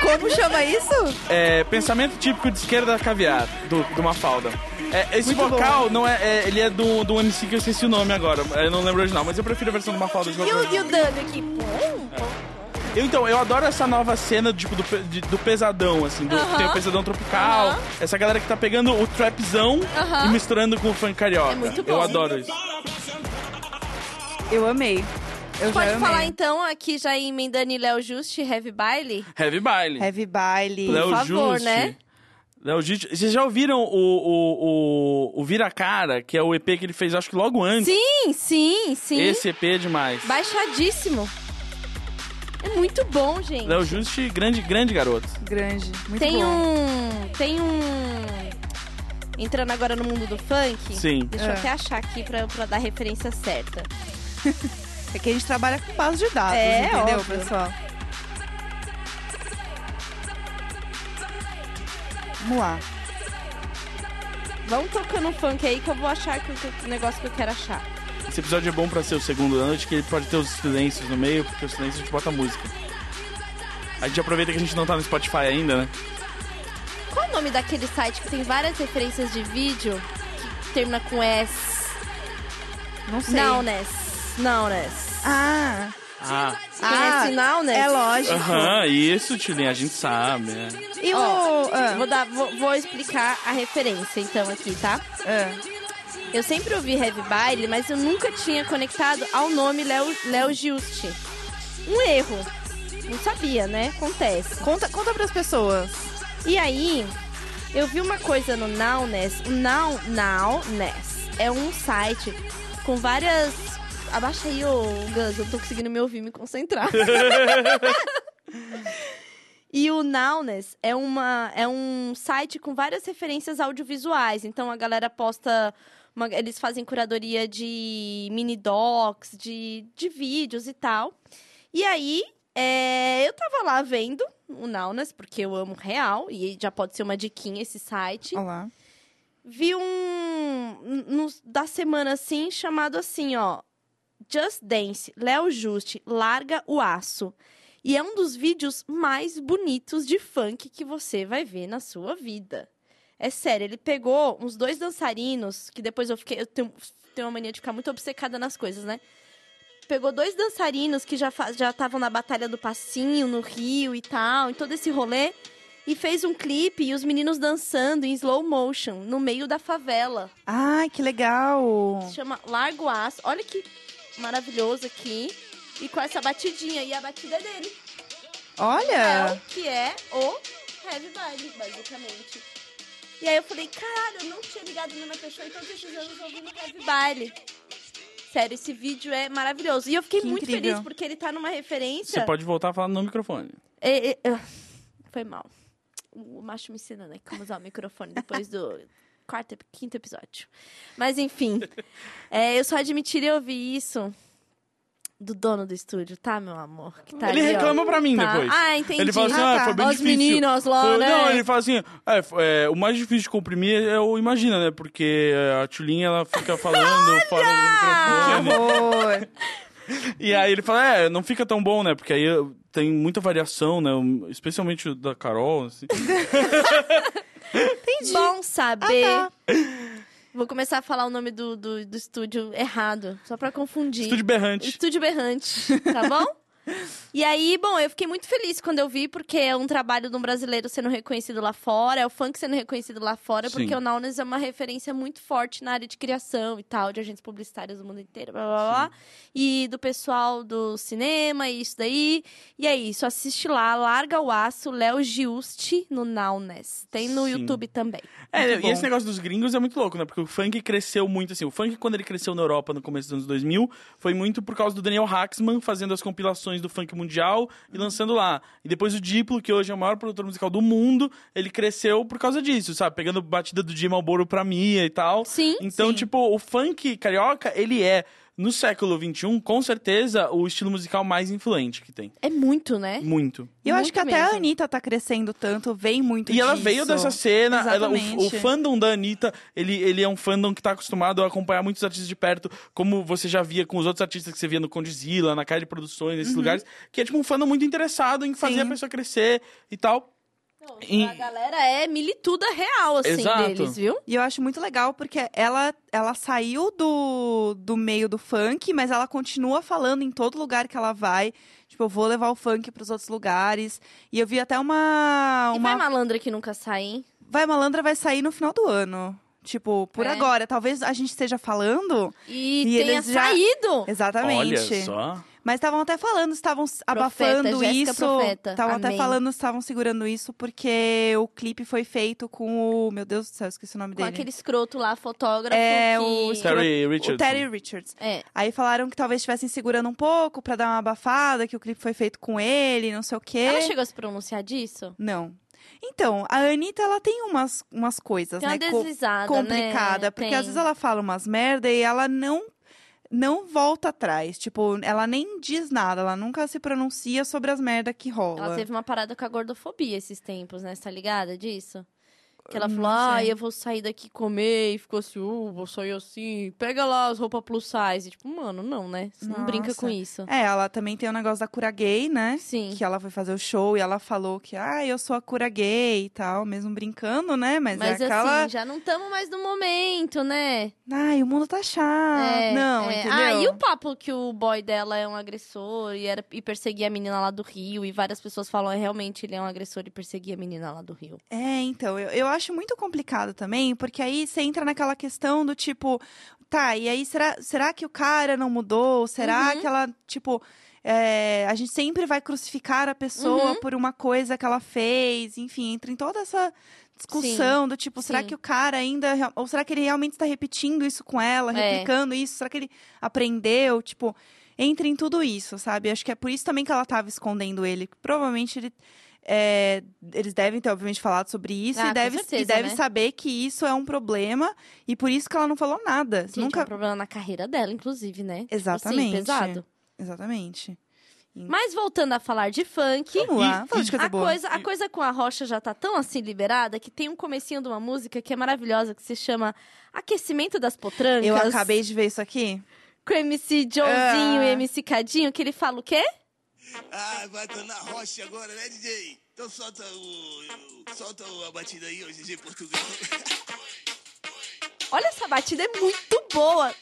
A: Como chama isso?
C: É, pensamento típico de esquerda caviar, do, de uma falda. É, esse
A: Muito
C: vocal não é, é- Ele é do, do MC que eu esqueci o nome agora. Eu não lembro o original, mas eu prefiro a versão de uma falda de
B: E
C: qualquer
B: o, e o
C: coisa.
B: Dami aqui? pum,
A: É.
B: pum.
C: Eu, Então, eu adoro essa nova cena tipo, do, pe- de- do pesadão, assim, do,
B: Aham.
C: tem o pesadão tropical.
B: Aham.
C: Essa galera que tá pegando o trapzão
B: Aham.
C: e misturando com o funk carioca.
B: É muito bom.
C: Eu adoro isso.
A: Eu amei. Eu já é
B: Pode
A: amei.
B: falar então aqui já em Mendani Léo Juste, Heavy Baile?
C: Heavy baile.
A: Heavy Baile.
C: Léo
B: favor,
C: Juste.
B: né?
C: Léo Ditt. Vocês já ouviram o, o, o, o Vira Cara, que é o EP que ele fez, acho que logo antes.
B: Sim, sim, sim.
C: Esse EP é demais.
B: Baixadíssimo. É muito bom, gente.
C: Léo Juste, grande, grande garoto.
A: Grande. Muito
B: tem
A: bom.
B: um. Tem um. Entrando agora no mundo do funk.
C: Sim.
B: Deixa
A: É.
B: eu até achar aqui pra, pra dar a referência certa.
A: É que a gente trabalha com base de dados,
B: É,
A: entendeu,
B: óbvio.
A: pessoal? Vamos lá.
B: Vamos tocando um funk aí que eu vou achar que, que- o negócio que eu quero achar.
C: Esse episódio é bom pra ser o segundo da noite, que ele pode ter os silêncios no meio, porque os silêncios a gente bota música. A gente aproveita que a gente não tá no Spotify ainda, né?
B: Qual o nome daquele site que tem várias referências de vídeo que termina com S?
A: Não sei.
B: Não, né? Ness. Não, Ness.
A: Ah,
C: Ah,
A: ah,
B: Conhece Now, Ness?
A: é lógico.
C: aham, isso, Tilin, a gente sabe. né?
A: E o...
B: Ó, é.
A: ah,
B: Vou, dar, vou, vou explicar a referência então aqui, tá?
A: ah.
B: Eu sempre ouvi Heavy Baile, mas eu nunca tinha conectado ao nome Léo Léo Giusti. Um erro. Não sabia, né? Acontece.
A: Conta, conta pras pessoas.
B: E aí, eu vi uma coisa no Nowness. O Now, Nowness é um site com várias... Abaixa aí, ô Gus, eu não tô conseguindo me ouvir, me concentrar. E o Nowness é, uma, é um site com várias referências audiovisuais. Então a galera posta. uma- eles fazem curadoria de mini docs, de, de vídeos e tal. E aí é, eu tava lá vendo o Nowness, porque eu amo real, e já pode ser uma diquinha esse site
A: Olha lá.
B: vi um no- da semana assim chamado assim, ó, Just Dance, Léo Juste, larga o aço. E é um dos vídeos mais bonitos de funk que você vai ver na sua vida. É sério, ele pegou uns dois dançarinos, que depois eu fiquei. Eu tenho, tenho uma mania de ficar muito obcecada nas coisas, né? Pegou dois dançarinos que já fa- já estavam na Batalha do Passinho, no Rio e tal, em todo esse rolê e fez um clipe e os meninos dançando em slow motion no meio da favela.
A: Ai, que legal.
B: Se chama Largo Aço. Olha que maravilhoso aqui. E com essa batidinha. E a batida é dele. É o
A: Olha.
B: que é o Heavy Vibe, basicamente. E aí eu falei, caralho, eu não tinha ligado na minha pessoa e todos esses anos ouvindo Heavy Baile. Sério, esse vídeo é maravilhoso. E eu fiquei
A: Que
B: muito
A: incrível.
B: feliz porque ele tá numa
C: Você
B: referência.
C: pode voltar a falar no microfone.
B: É, é, é. Foi mal. O macho me ensinando aqui como usar o microfone depois do quarto, ep- quinto episódio. Mas enfim, é, eu só admitiria ouvir isso do dono do estúdio, tá, meu amor? Que tá
C: ele
B: ali, ó.
C: reclama pra mim
B: Tá.
C: depois.
B: Ah, entendi.
C: Ele fala assim,
A: Ah,
C: ah,
A: tá.
C: foi bem
B: Os
C: difícil.
B: meninos lá,
C: Foi-
B: né?
C: Não, ele fala assim, "Ah, f- é, o mais difícil de comprimir é o Imagina, né? Porque é, a Tulin, ela fica falando fora do microfone.
A: Amor.
C: E aí ele fala, é, não fica tão bom, né? Porque aí eu- tem muita variação, né? Um- Especialmente o da Carol, assim.
B: Bom saber.
A: Ah,
C: tá.
B: Vou começar a falar o nome do, do, do estúdio errado, só pra confundir.
C: Estúdio berrante.
B: Estúdio Berrante, tá bom? E aí, bom, eu fiquei muito feliz quando eu vi, porque é um trabalho de um brasileiro sendo reconhecido lá fora, é o funk sendo reconhecido lá fora,
C: Sim.
B: porque o Naunes é uma referência muito forte na área de criação e tal, de agentes publicitários do mundo inteiro, blá blá blá. E do pessoal do cinema e isso daí. E é isso, assiste lá, larga o aço, Léo Giusti no Naunes. Tem no
C: Sim.
B: YouTube também.
C: É,
A: Muito
C: e esse
A: bom.
C: negócio dos gringos é muito louco, né? Porque o funk cresceu muito, assim. O funk, quando ele cresceu na Europa no começo dos anos 2000, foi muito por causa do Daniel Haxman fazendo as compilações do funk mundial e lançando lá. E depois o Diplo, que hoje é o maior produtor musical do mundo, ele cresceu por causa disso, sabe? Pegando batida do Jim Malboro pra Mia e tal.
B: Sim,
C: Então,
B: sim.
C: tipo, o funk carioca, ele é, no século XXI, com certeza, o estilo musical mais influente que tem.
B: É muito, né?
C: Muito.
A: Eu acho
B: Muito
A: que até
B: mesmo.
A: a Anitta tá crescendo tanto, vem muito
C: E ela
A: disso.
C: veio dessa cena, ela- o, o
A: Exatamente.
C: fandom da Anitta, ele, ele é um fandom que tá acostumado a acompanhar muitos artistas de perto, como você já via com os outros artistas que você via no Condizila, na Casa de Produções, nesses lugares, que é tipo um fandom muito interessado em fazer
A: Uhum. Sim.
C: a pessoa crescer e tal. E-
B: A galera é milituda real, assim,
C: Exato.
B: deles, viu?
A: E eu acho muito legal porque ela, ela saiu do, do meio do funk, mas ela continua falando em todo lugar que ela vai. Tipo, eu vou levar o funk pros outros lugares. E eu vi até uma.
B: E
A: uma...
B: vai malandra que nunca sai, hein?
A: Vai Malandra vai sair no final do ano. Tipo, por
B: É.
A: agora. Talvez a gente esteja falando.
B: E,
A: E
B: tenha
A: eles já- É
B: saído.
A: Exatamente.
C: Olha só.
A: Mas estavam até falando, estavam s- abafando
B: Jéssica
A: isso.
B: Profeta.
A: Estavam até
B: Amém.
A: falando, estavam segurando isso, porque o clipe foi feito com o. Meu Deus do céu, esqueci o nome
B: Com
A: dele.
B: aquele escroto lá, fotógrafo.
A: É,
B: que...
A: o escroto-
C: Terry
A: o
C: Richardson.
A: Terry Richards.
B: É.
A: Aí falaram que talvez estivessem segurando um pouco pra dar uma abafada, que o clipe foi feito com ele, não sei o quê.
B: Ela chegou a se pronunciar disso?
A: Não. Então, a Anitta, ela tem umas, umas coisas,
B: Tem uma
A: né? co-
B: deslizada,
A: complicada.
B: né?
A: Porque
B: Tem.
A: às vezes ela fala umas merda e ela não, não volta atrás. Tipo, ela nem diz nada, ela nunca se pronuncia sobre as merda que rola.
B: Ela teve uma parada com a gordofobia esses tempos, né? Você tá ligada disso? Que ela
A: Hum, Não
B: falou, ah,
A: sei.
B: eu vou sair daqui comer, e ficou assim, uh, vou sair assim, pega lá as roupas plus size. E, tipo, mano, não, né? Você não brinca
A: Nossa.
B: com isso.
A: É, ela também tem o negócio da cura gay, né?
B: Sim.
A: Que ela foi fazer o show e ela falou que, ah, eu sou a cura gay e tal, mesmo brincando, né? Mas,
B: Mas
A: é aquela.
B: assim, já não estamos mais no momento, né?
A: Ai, o mundo tá chato.
B: É,
A: não,
B: é.
A: entendeu?
B: Ah, e o papo que o boy dela é um agressor e, era, e perseguia a menina lá do Rio. E várias pessoas falam, é, realmente, ele é um agressor e perseguia a menina lá do Rio.
A: É, então, eu, eu acho muito complicado também, porque aí você entra naquela questão do tipo, tá, e aí será, será que o cara não mudou? Será
B: Uhum.
A: que ela, tipo, é, a gente sempre vai crucificar a pessoa
B: Uhum.
A: por uma coisa que ela fez, enfim, entra em toda essa discussão do tipo, será
B: Sim.
A: que o cara ainda, real- ou será que ele realmente está repetindo isso com ela,
B: É.
A: replicando isso? Será que ele aprendeu? Tipo, entra em tudo isso, sabe? Acho que é por isso também que ela tava escondendo ele. Provavelmente ele. é, eles devem ter, obviamente, falado sobre isso e
B: Ah, com
A: deve, e
B: certeza,
A: deve
B: né?
A: saber que isso é um problema e por isso que ela não falou nada.
B: Gente, é
A: Nunca.
B: um problema na carreira dela, inclusive, né? Tipo assim,
A: Exatamente.
B: pesado.
A: Exatamente.
B: Mas voltando a falar de funk,
A: Vamos lá,
C: e-
A: fala de coisa
B: a
A: tá boa.
B: coisa, a coisa com a Rocha já tá tão assim liberada que tem um comecinho de uma música que é maravilhosa, que se chama Aquecimento das Potrancas.
A: Eu acabei de ver isso aqui.
B: Com o MC Johnzinho
A: Ah.
B: e MC Cadinho, que ele fala o quê?
G: Ah, vai estar na rocha agora, né, DJ? Então solta o. Solta a batida aí, ô DJ português.
B: Olha, essa batida é muito boa.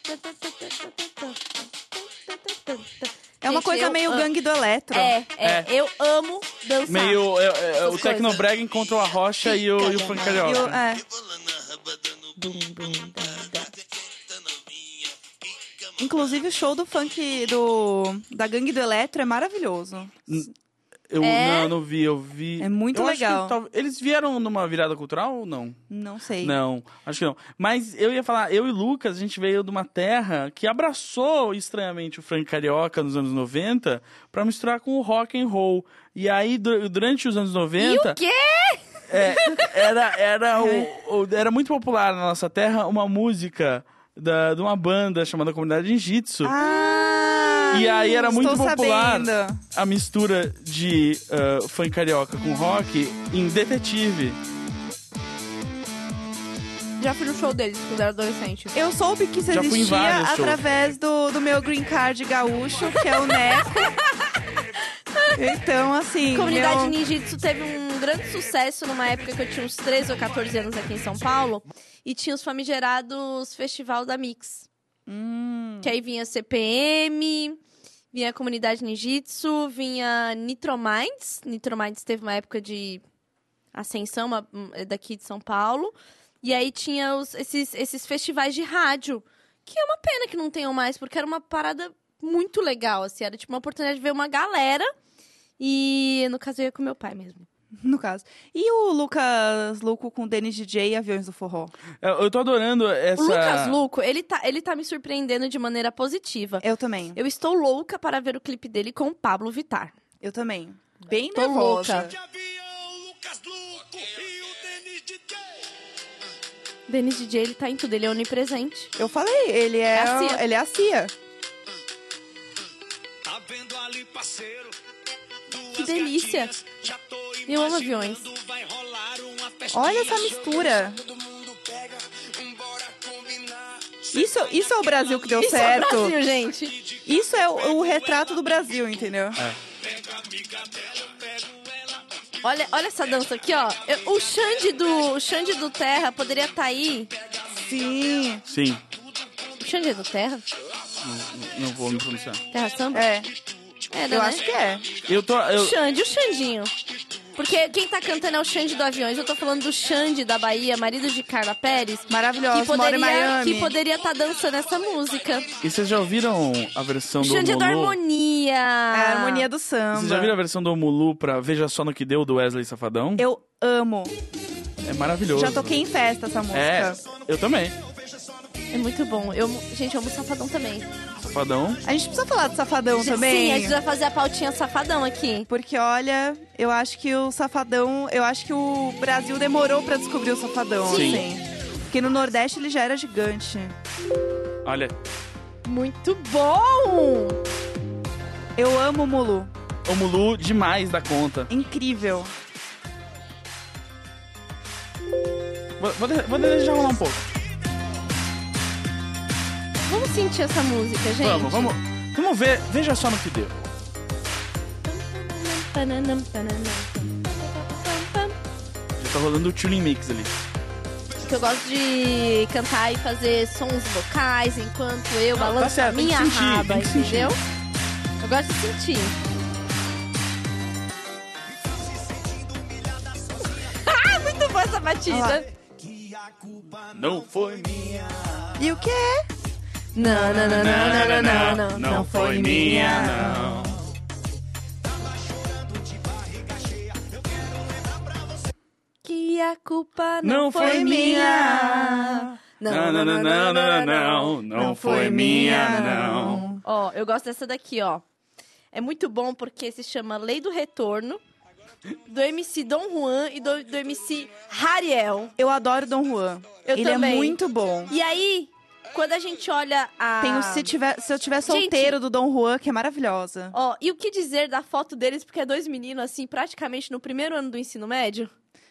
A: É uma
B: Gente,
A: coisa
B: eu
A: meio
B: amo.
A: gangue do eletro.
B: É, é,
C: É.
B: eu amo dançar.
C: Meio. é, é, o
B: coisas.
C: Tecnobrega encontrou a rocha e o, e o funk
A: E
C: carioca.
A: o- é. Inclusive, o show do funk do, da Gangue do Eletro é maravilhoso.
C: Eu
B: É?
C: não, eu não vi, eu vi.
A: É muito
C: Eu acho que
A: legal.
C: tal- Eles vieram numa virada cultural ou não?
A: Não sei.
C: Não, acho que não. Mas eu ia falar, eu e Lucas, a gente veio de uma terra que abraçou estranhamente o funk carioca nos anos 90 pra misturar com o rock and roll. E aí, dur- durante os anos 90.
B: E o quê?
C: É, era, era,
A: É.
C: o- o- era muito popular na nossa terra uma música da, de uma banda chamada Comunidade Ninjitsu.
A: Ah,
C: E aí era muito
A: estou
C: popular
A: sabendo.
C: a mistura de ah, funk carioca com rock em Detetive.
J: Já fui no show deles quando era adolescente.
A: Eu soube que isso
C: Já fui em
A: existia
C: vários shows.
A: através do, do meu green card gaúcho, que é o Neco. então, assim.
B: Comunidade
A: meu...
B: Ninjitsu teve um grande sucesso numa época que eu tinha uns 13 ou 14 anos aqui em São Paulo. E tinha os famigerados Festival da Mix.
A: Hum,
B: Que aí vinha CPM, vinha Comunidade Ninjitsu, vinha Nitrominds. Nitrominds teve uma época de ascensão uma- hum, é daqui de São Paulo. E aí tinha os- esses, esses festivais de rádio. Que é uma pena que não tenham mais, porque era uma parada muito legal, assim. Era tipo uma oportunidade de ver uma galera. E no caso eu ia com meu pai mesmo.
A: no caso. E o Lucas Luco com Denis DJ e Aviões do Forró?
C: Eu eu tô adorando essa.
B: O Lucas Luco, ele tá, ele tá me surpreendendo de maneira positiva.
A: Eu também.
B: Eu estou louca para ver o clipe dele com o Pablo Vittar.
A: Eu também. Bem
B: Tô
A: nervosa.
B: louca.
I: De avião, Lucas Luco e o Denis de
B: Denis DJ, ele tá em tudo, ele é onipresente.
A: Eu falei, ele é,
B: É a Cia.
A: ele é a Cia.
I: Tá vendo ali, parceiro? Duas
B: Que delícia.
I: gatinhas, já tô
B: Eu amo
I: imaginando,
B: aviões.
I: vai rolar uma
A: Olha
I: festinha.
A: essa mistura.
I: Todo mundo pega, bora combinar.
A: Isso, isso é o Brasil que deu
B: Isso é
A: certo.
B: o Brasil, gente.
A: Isso é o, o retrato do Brasil, entendeu?
B: Olha, olha essa dança aqui, ó. Eu- o Xande do, o Xande do Terra poderia estar aí.
A: Sim.
C: Sim,
B: O Xande é do Terra?
C: não vou me pronunciar.
B: Terra Samba?
A: É.
B: É, né,
A: Eu
B: né?
A: acho que é.
C: Eu tô. eu-
B: O Xande, o Xandinho. Porque quem tá cantando é o Xande do Aviões. Eu tô falando do Xande da Bahia, marido de Carla Pérez.
A: Maravilhosa,
B: que
A: mora em
B: poderia
A: Miami.
B: Que poderia estar dançando essa música.
C: E vocês já ouviram a versão do
B: Xande é da
C: Mulu?
B: harmonia. É
A: a harmonia do samba.
C: Vocês já viram a versão do Mulu pra Veja Só no Que Deu, do Wesley Safadão?
A: Eu amo.
C: É maravilhoso.
A: Já toquei em festa essa música.
C: É, eu também.
B: É muito bom. Eu, gente, eu amo Safadão também.
C: Safadão.
A: A gente precisa falar do Safadão
B: Gente,
A: também.
B: Sim, é a gente vai fazer a pautinha Safadão aqui.
A: Porque olha, eu acho que o Safadão, eu acho que o Brasil demorou pra descobrir o Safadão,
C: Sim.
A: assim. Porque no Nordeste ele já era gigante.
C: Olha,
B: Muito bom!
A: Eu amo o Mulu.
C: o Mulu demais da conta.
A: Incrível.
C: Vou, vou, de- vou deixar rolar um pouco.
B: Vamos sentir essa música, gente.
C: Vamos, vamos. Vamos ver. Veja só no que deu.
B: Pananam, pananam.
C: Já tá rolando o tuning mix ali.
B: Que eu gosto de cantar e fazer sons vocais enquanto eu
C: Não, tá
B: balanço a
C: certo, tem que
B: minha
C: sentir,
B: raba,
C: tem que sentir.
B: entendeu? Eu gosto de sentir. Ah, Muito boa essa
A: Olha
B: batida.
C: Não foi minha.
A: E o quê?
B: Não, não, não, não, não, não, não, não, não
C: foi
A: minha,
C: não.
B: Que a culpa não,
C: Não foi
B: minha.
C: Não, não, não, não, não, não. Não foi minha, não.
B: Ó, eu gosto dessa daqui, ó. É muito bom porque se chama Lei do Retorno, do MC Dom Juan e do, do MC Hariel.
A: Eu adoro Dom Juan.
B: Eu
A: ele
B: também.
A: é muito bom.
B: E aí, quando a gente olha a...
A: Tem o se, tiver, se eu tiver solteiro do Dom Juan, que é maravilhosa.
B: Ó, e o que dizer da foto deles, porque é dois meninos, assim, praticamente no primeiro ano do ensino médio?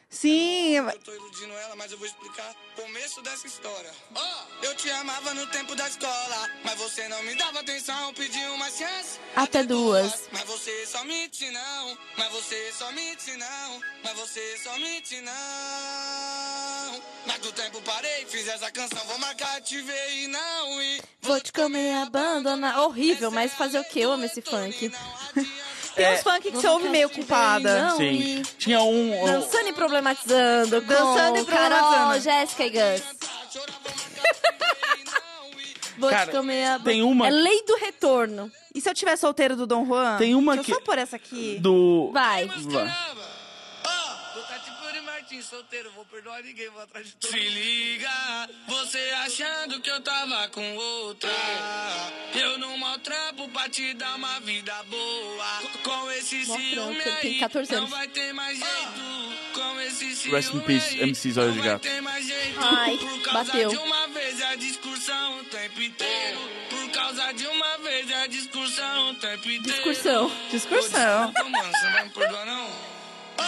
A: Sim,
G: Tô iludindo ela, mas eu vou explicar o começo dessa história. Ó, eu te amava no tempo da escola, mas você não me dava atenção, pediu uma chance.
B: Até duas.
G: Mas você só mente não, mas você só mente não, mas você só mente não. Mas do tempo parei, fiz essa canção, vou marcar, te ver e não e
B: Vou te comer, abandonar. Horrível, mas fazer o quê? Eu amo esse funk.
A: tem uns funk que você ouve meio culpada.
B: Não,
C: Sim. Tinha um. um-
B: Dançando e problematizando. com
A: Dançando e
B: Carol,
A: problematizando.
B: Jéssica e Gus. Vou
C: Cara,
B: te comer a...
C: tem uma-
B: É lei do retorno.
A: E se eu tiver solteiro do Dom Juan?
C: Tem uma
A: Deixa eu
C: que-
A: só pôr essa aqui.
C: do.
B: Vai.
G: Vou Catipuri Martins, solteiro, vou perdoar ninguém, vou atrás de tudo. Se liga, você achando que eu tava com outra. Eu não maltrampo pra te dar uma vida boa. Com esse
B: Mó
G: ciúme
B: trampo, ele tem
G: aí,
B: 14
G: não
B: anos.
G: vai ter mais jeito. Com esse ciúme
C: Rest in peace,
G: aí,
C: MC Zóio de
G: não vai
C: Gato.
G: ter mais jeito.
B: Ai,
G: Por causa
B: bateu.
G: de uma vez é a discussão o tempo inteiro. Por causa de uma vez é a discussão o tempo inteiro.
B: Excursão.
A: Discursão.
G: Ô, mano, você não vai me perdoar, não? Ó, se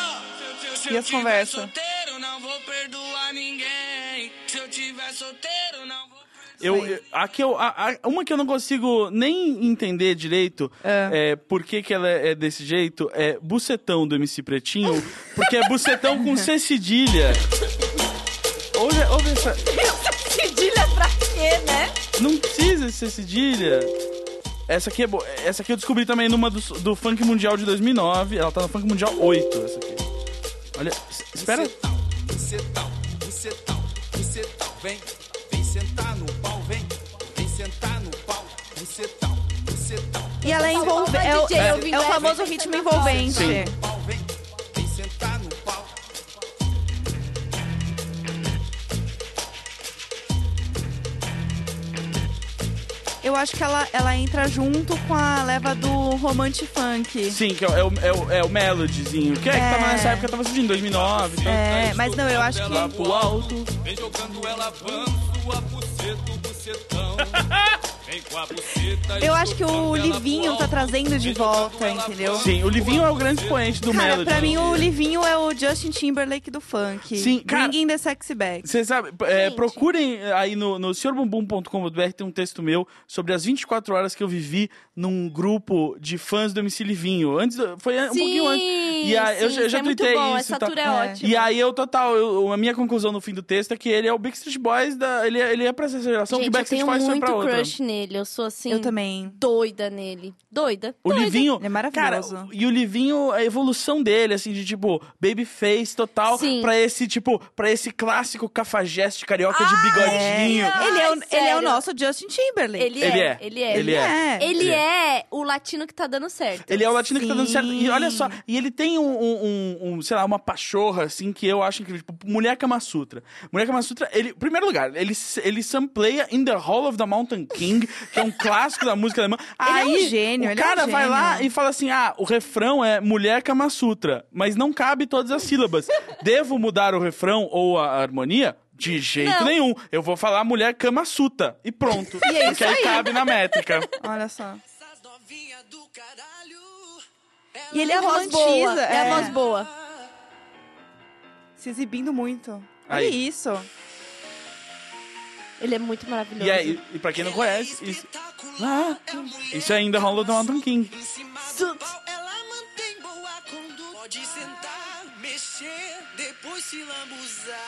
G: eu- se eu
A: E as
G: tiver
A: conversas?
G: solteiro, não vou perdoar ninguém. Se eu tiver solteiro, não vou
C: Eu, eu- a que eu, a- a- uma que eu não consigo nem entender direito é. por que, que ela é desse jeito é bucetão do MC Pretinho, porque é bucetão com C cedilha. Ouve, ouve essa.
B: Cedilha pra quê, né?
C: Não precisa de ser cedilha. Essa aqui é boa. Essa aqui eu descobri também numa do, do Funk Mundial de 2009. Ela tá no Funk Mundial 8, essa aqui. Olha, s- espera.
K: Você tal, você tal, você tal, vem, vem sentar no pau, vem, vem sentar no pau, você tal, você tal,
A: E ela é envolvente. É, o- é o famoso ritmo envolvente.
C: Sim.
K: pau, vem, vem sentar no pau.
A: Eu acho que ela, ela entra junto com a leva do romance funk.
C: Sim, que é, o- é, o- é o, é o Melodyzinho. Que é, que tava
A: É.
C: nessa época, tava surgindo, 2009. então,
A: É, mas não, eu acho que.
C: Lá pro alto.
K: Vem jogando ela, avanço a buceta, o bucetão. Vem com a buceta.
A: Eu acho que o Livinho tá trazendo de volta, entendeu?
C: Sim, o Livinho é o grande expoente do
A: Cara,
C: Melody.
A: pra mim o Livinho é o Justin Timberlake do funk.
C: Sim, cara-
A: Bringing the sexy back.
C: Vocês sabem, é, procurem aí no, no senhorbumbum.com.br tem um texto meu sobre as 24 horas que eu vivi num grupo de fãs do MC Livinho. Antes, do- foi um
B: Sim,
C: pouquinho antes. E aí, eu,
B: sim,
C: já- eu já
B: é muito
C: tuitei
B: bom,
C: isso.
B: essa
C: e tal.
B: altura é ótima.
C: E aí eu, total, eu- a minha conclusão no fim do texto é que ele é o Backstreet Boys, da, ele, é- ele é pra essa geração, que
B: Gente, eu
C: Backstreet
B: tenho
C: Boys foi
B: muito
C: pra outra.
B: crush nele. Eu sou assim.
A: Eu também.
B: Doida nele. Doida.
C: O
B: doida.
C: Livinho.
A: Ele é maravilhoso.
C: Cara, e o Livinho, a evolução dele, assim, de tipo, babyface total,
B: Sim.
C: pra esse, tipo, pra esse clássico cafajeste carioca de bigodinho.
A: Ele é, o,
B: Ai,
A: ele é o
B: sério.
A: nosso Justin Timberlake.
B: Ele, é, Ele é.
C: Ele é.
B: Ele
C: Ele
B: é o latino que tá dando certo.
C: Ele é o latino que tá dando certo. E olha só, e ele tem um, um- um- um, sei lá, uma pachorra, assim, que eu acho incrível. Tipo, Mulher Kama Sutra. Mulher Kama Sutra, ele, em primeiro lugar, ele, s- ele sampleia In the Hall of the Mountain King, que é um clássico da música alemã.
A: Ele é um
C: Aí,
A: gênio,
C: o
A: ele é um
C: cara vai lá
A: gênio.
C: e fala assim, ah, o refrão é Mulher Kama Sutra, mas não cabe todas as sílabas. Devo mudar o refrão ou a harmonia? De jeito
A: Não.
C: nenhum. Eu vou falar Mulher Kama Sutra. E pronto.
A: E é
C: Porque
A: isso aí.
C: cabe na métrica.
B: é-
A: Olha só. E ele é romantiza.
B: boa, é a voz boa.
A: Se exibindo muito.
C: Aí.
A: Olha isso.
B: Ele é muito maravilhoso.
C: E, aí, e pra quem não conhece, isso, lá, isso ainda rola do Mountain King.
G: Pode sentar, mexer, depois se lambuzar.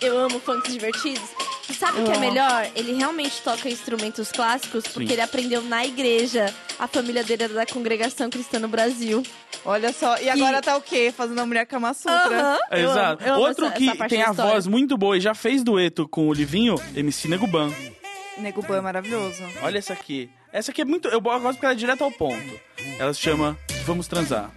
B: Eu amo funks divertidos. E sabe o que é
J: Eu amo.
B: melhor? Ele realmente toca instrumentos clássicos porque
J: Sim.
B: ele aprendeu na igreja. A família dele era da congregação cristã no Brasil.
A: Olha só. E agora tá o quê? Fazendo a mulher Kama Sutra.
C: É, Exato. Outro que tem a voz muito boa e já fez dueto com o Livinho, MC Neguban.
A: Nego Ban é maravilhoso.
C: Olha essa aqui. Essa aqui é muito. Eu gosto porque ela é direto ao ponto. Ela se chama Vamos Transar.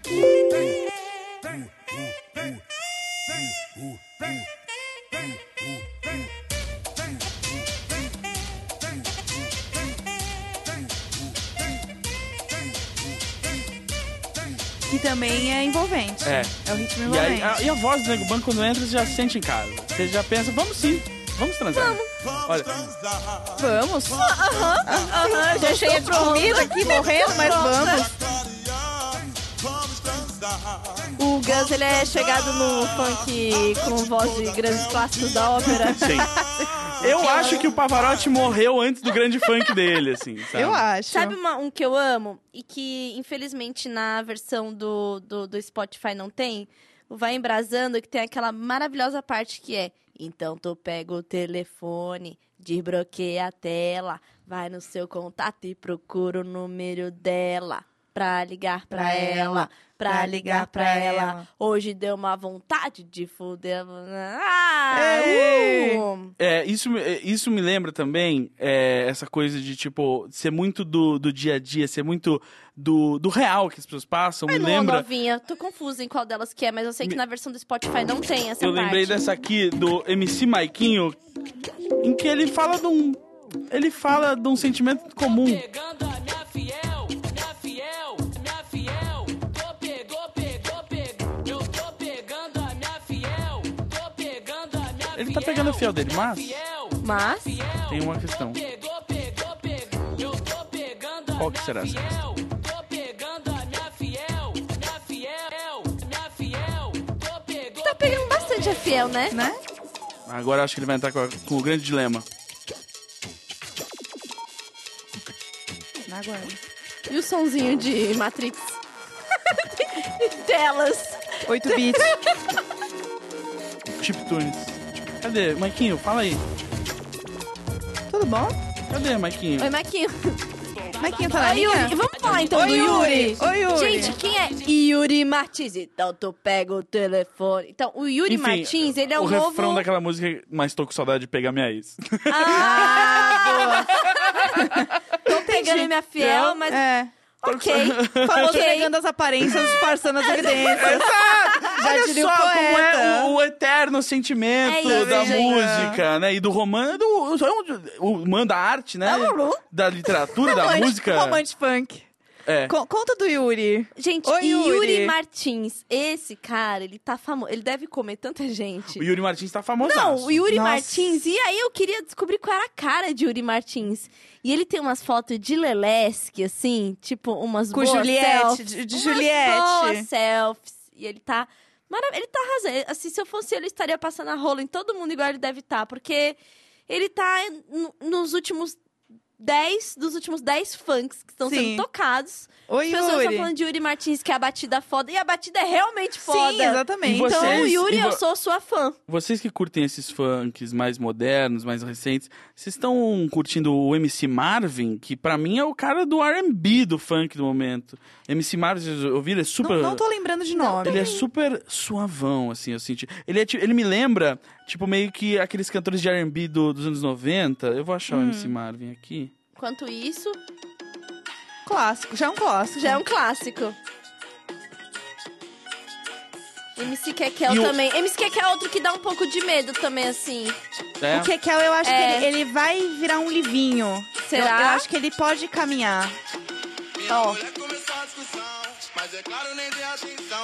A: Que também é envolvente.
C: É.
A: É o ritmo
C: E,
A: envolvente.
C: aí, ah, a, e a voz do Neguban, quando entra, você já sente em casa. Você já pensa, vamos sim, vamos transar. Vamos. Olha,
A: Vamos? Aham, aham. Já cheia de comida aqui morrendo, mas vamos.
B: O Guns, ele é chegado no funk com voz de grandes clássicos da ópera.
C: Sim. Eu acho que o Pavarotti morreu antes do grande funk dele, assim. Sabe?
B: Sabe uma- um que eu amo e que, infelizmente, na versão do, do, do Spotify não tem? O Vai Embrasando, que tem aquela maravilhosa parte que é Então tu pega o telefone, desbloqueia a tela, vai no seu contato e procura o número dela. Pra ligar pra,
J: Pra
B: ela,
J: ela,
B: pra ligar pra ela.
J: ela.
B: Hoje deu uma vontade de fuder. Ah!
C: Ei!
B: uh!
C: É, isso, me- é, isso me lembra também é, essa coisa de, tipo, ser muito do, do dia a dia, ser muito do, do real que as pessoas passam.
B: Mas
C: me
B: não,
C: lembra.
B: novinha, tô confusa em qual delas que é, mas eu sei que na versão do Spotify não tem essa
C: Eu
B: parte.
C: lembrei dessa aqui do MC Maiquinho, em que ele fala de um. Ele fala de um sentimento comum. Ele tá pegando a fiel dele, mas
B: Mas.
C: tem uma questão. Qual que será essa questão?
B: Tá pegando bastante a fiel, né?
C: Agora acho que ele vai entrar com, a- com o grande dilema.
A: Aguarda.
B: E o sonzinho de Matrix? e telas.
A: 8 bits.
C: Chip Tunes. Cadê? Maiquinho, fala aí.
A: Tudo bom?
C: Cadê, Maiquinho?
B: Oi, Maquinho.
A: Maquinho tá na
B: Oi, Yuri.
A: linha?
B: Vamos falar então
A: Oi,
B: do Yuri.
A: Yuri. Oi, Yuri.
B: Gente, quem é Yuri Martins? Então tu pega o telefone. Então, o Yuri
C: Enfim,
B: Martins, ele é o,
C: o
B: novo...
C: refrão daquela música, mas tô com saudade de pegar minha ex.
B: Ah, Tô pegando minha fiel,
A: Não,
B: mas...
A: É.
B: Ok.
A: Famoso
B: ok. É,
A: negando as aparências, disfarçando as evidências.
C: é, Exato!
A: Já
C: Olha
A: diria o
C: só como é
A: poeta.
C: o, o eterno sentimento
B: É isso,
C: da
B: gente.
C: música, né? E do romance, do, do- o man da arte, né? Da literatura, é, da
A: Romântico,
C: música.
A: Romance funk.
C: É.
A: Co- conta do Yuri.
B: Gente,
A: Oi,
B: Yuri.
A: Yuri.
B: Martins, esse cara, ele tá famoso. Ele deve comer tanta gente.
C: O Yuri Martins tá famoso.
B: Não, o Yuri Martins. E aí eu queria descobrir qual era a cara de Yuri Martins. E ele tem umas fotos de Lelesque, assim, tipo umas
A: Com
B: boas
A: Juliette,
B: selfies,
A: de- de
B: umas
A: Juliette.
B: boas selfies. E ele tá... Marav ele tá arrasando. Assim, se eu fosse ele, eu estaria passando a rola em todo mundo igual ele deve estar. porque ele tá n- nos tá últimos 10 dos últimos 10 funks que estão
A: Sim.
B: sendo tocados.
A: Oi,
B: As pessoas
A: Yuri.
B: estão falando de Yuri Martins, que é a batida foda. E a batida é realmente foda.
A: exatamente. E
B: Então,
C: vocês-
B: Yuri,
C: e
B: eu
C: vo-
B: sou sua fã.
C: Vocês que curtem esses funks mais modernos, mais recentes, vocês estão curtindo o MC Marvin, que pra mim é o cara do R&B do funk do momento. MC Marvin, vocês ouviram? É super...
A: Não tô lembrando de nome.
C: Ele é super suavão, assim, eu senti. Ele, é, ti- ele me lembra, tipo, meio que aqueles cantores de R&B do- dos anos 90. Eu vou achar o
B: Hum.
C: MC Marvin aqui.
B: Quanto isso,
A: Clássico, já é um clássico.
B: já é um clássico. MC Kekel
A: E o-
B: também. MC Kekel é outro que dá um pouco de medo também, assim.
A: O Kekel, eu acho
B: É.
A: que ele, ele vai virar um livinho.
B: Será?
A: Eu, eu acho que ele pode caminhar. Ó.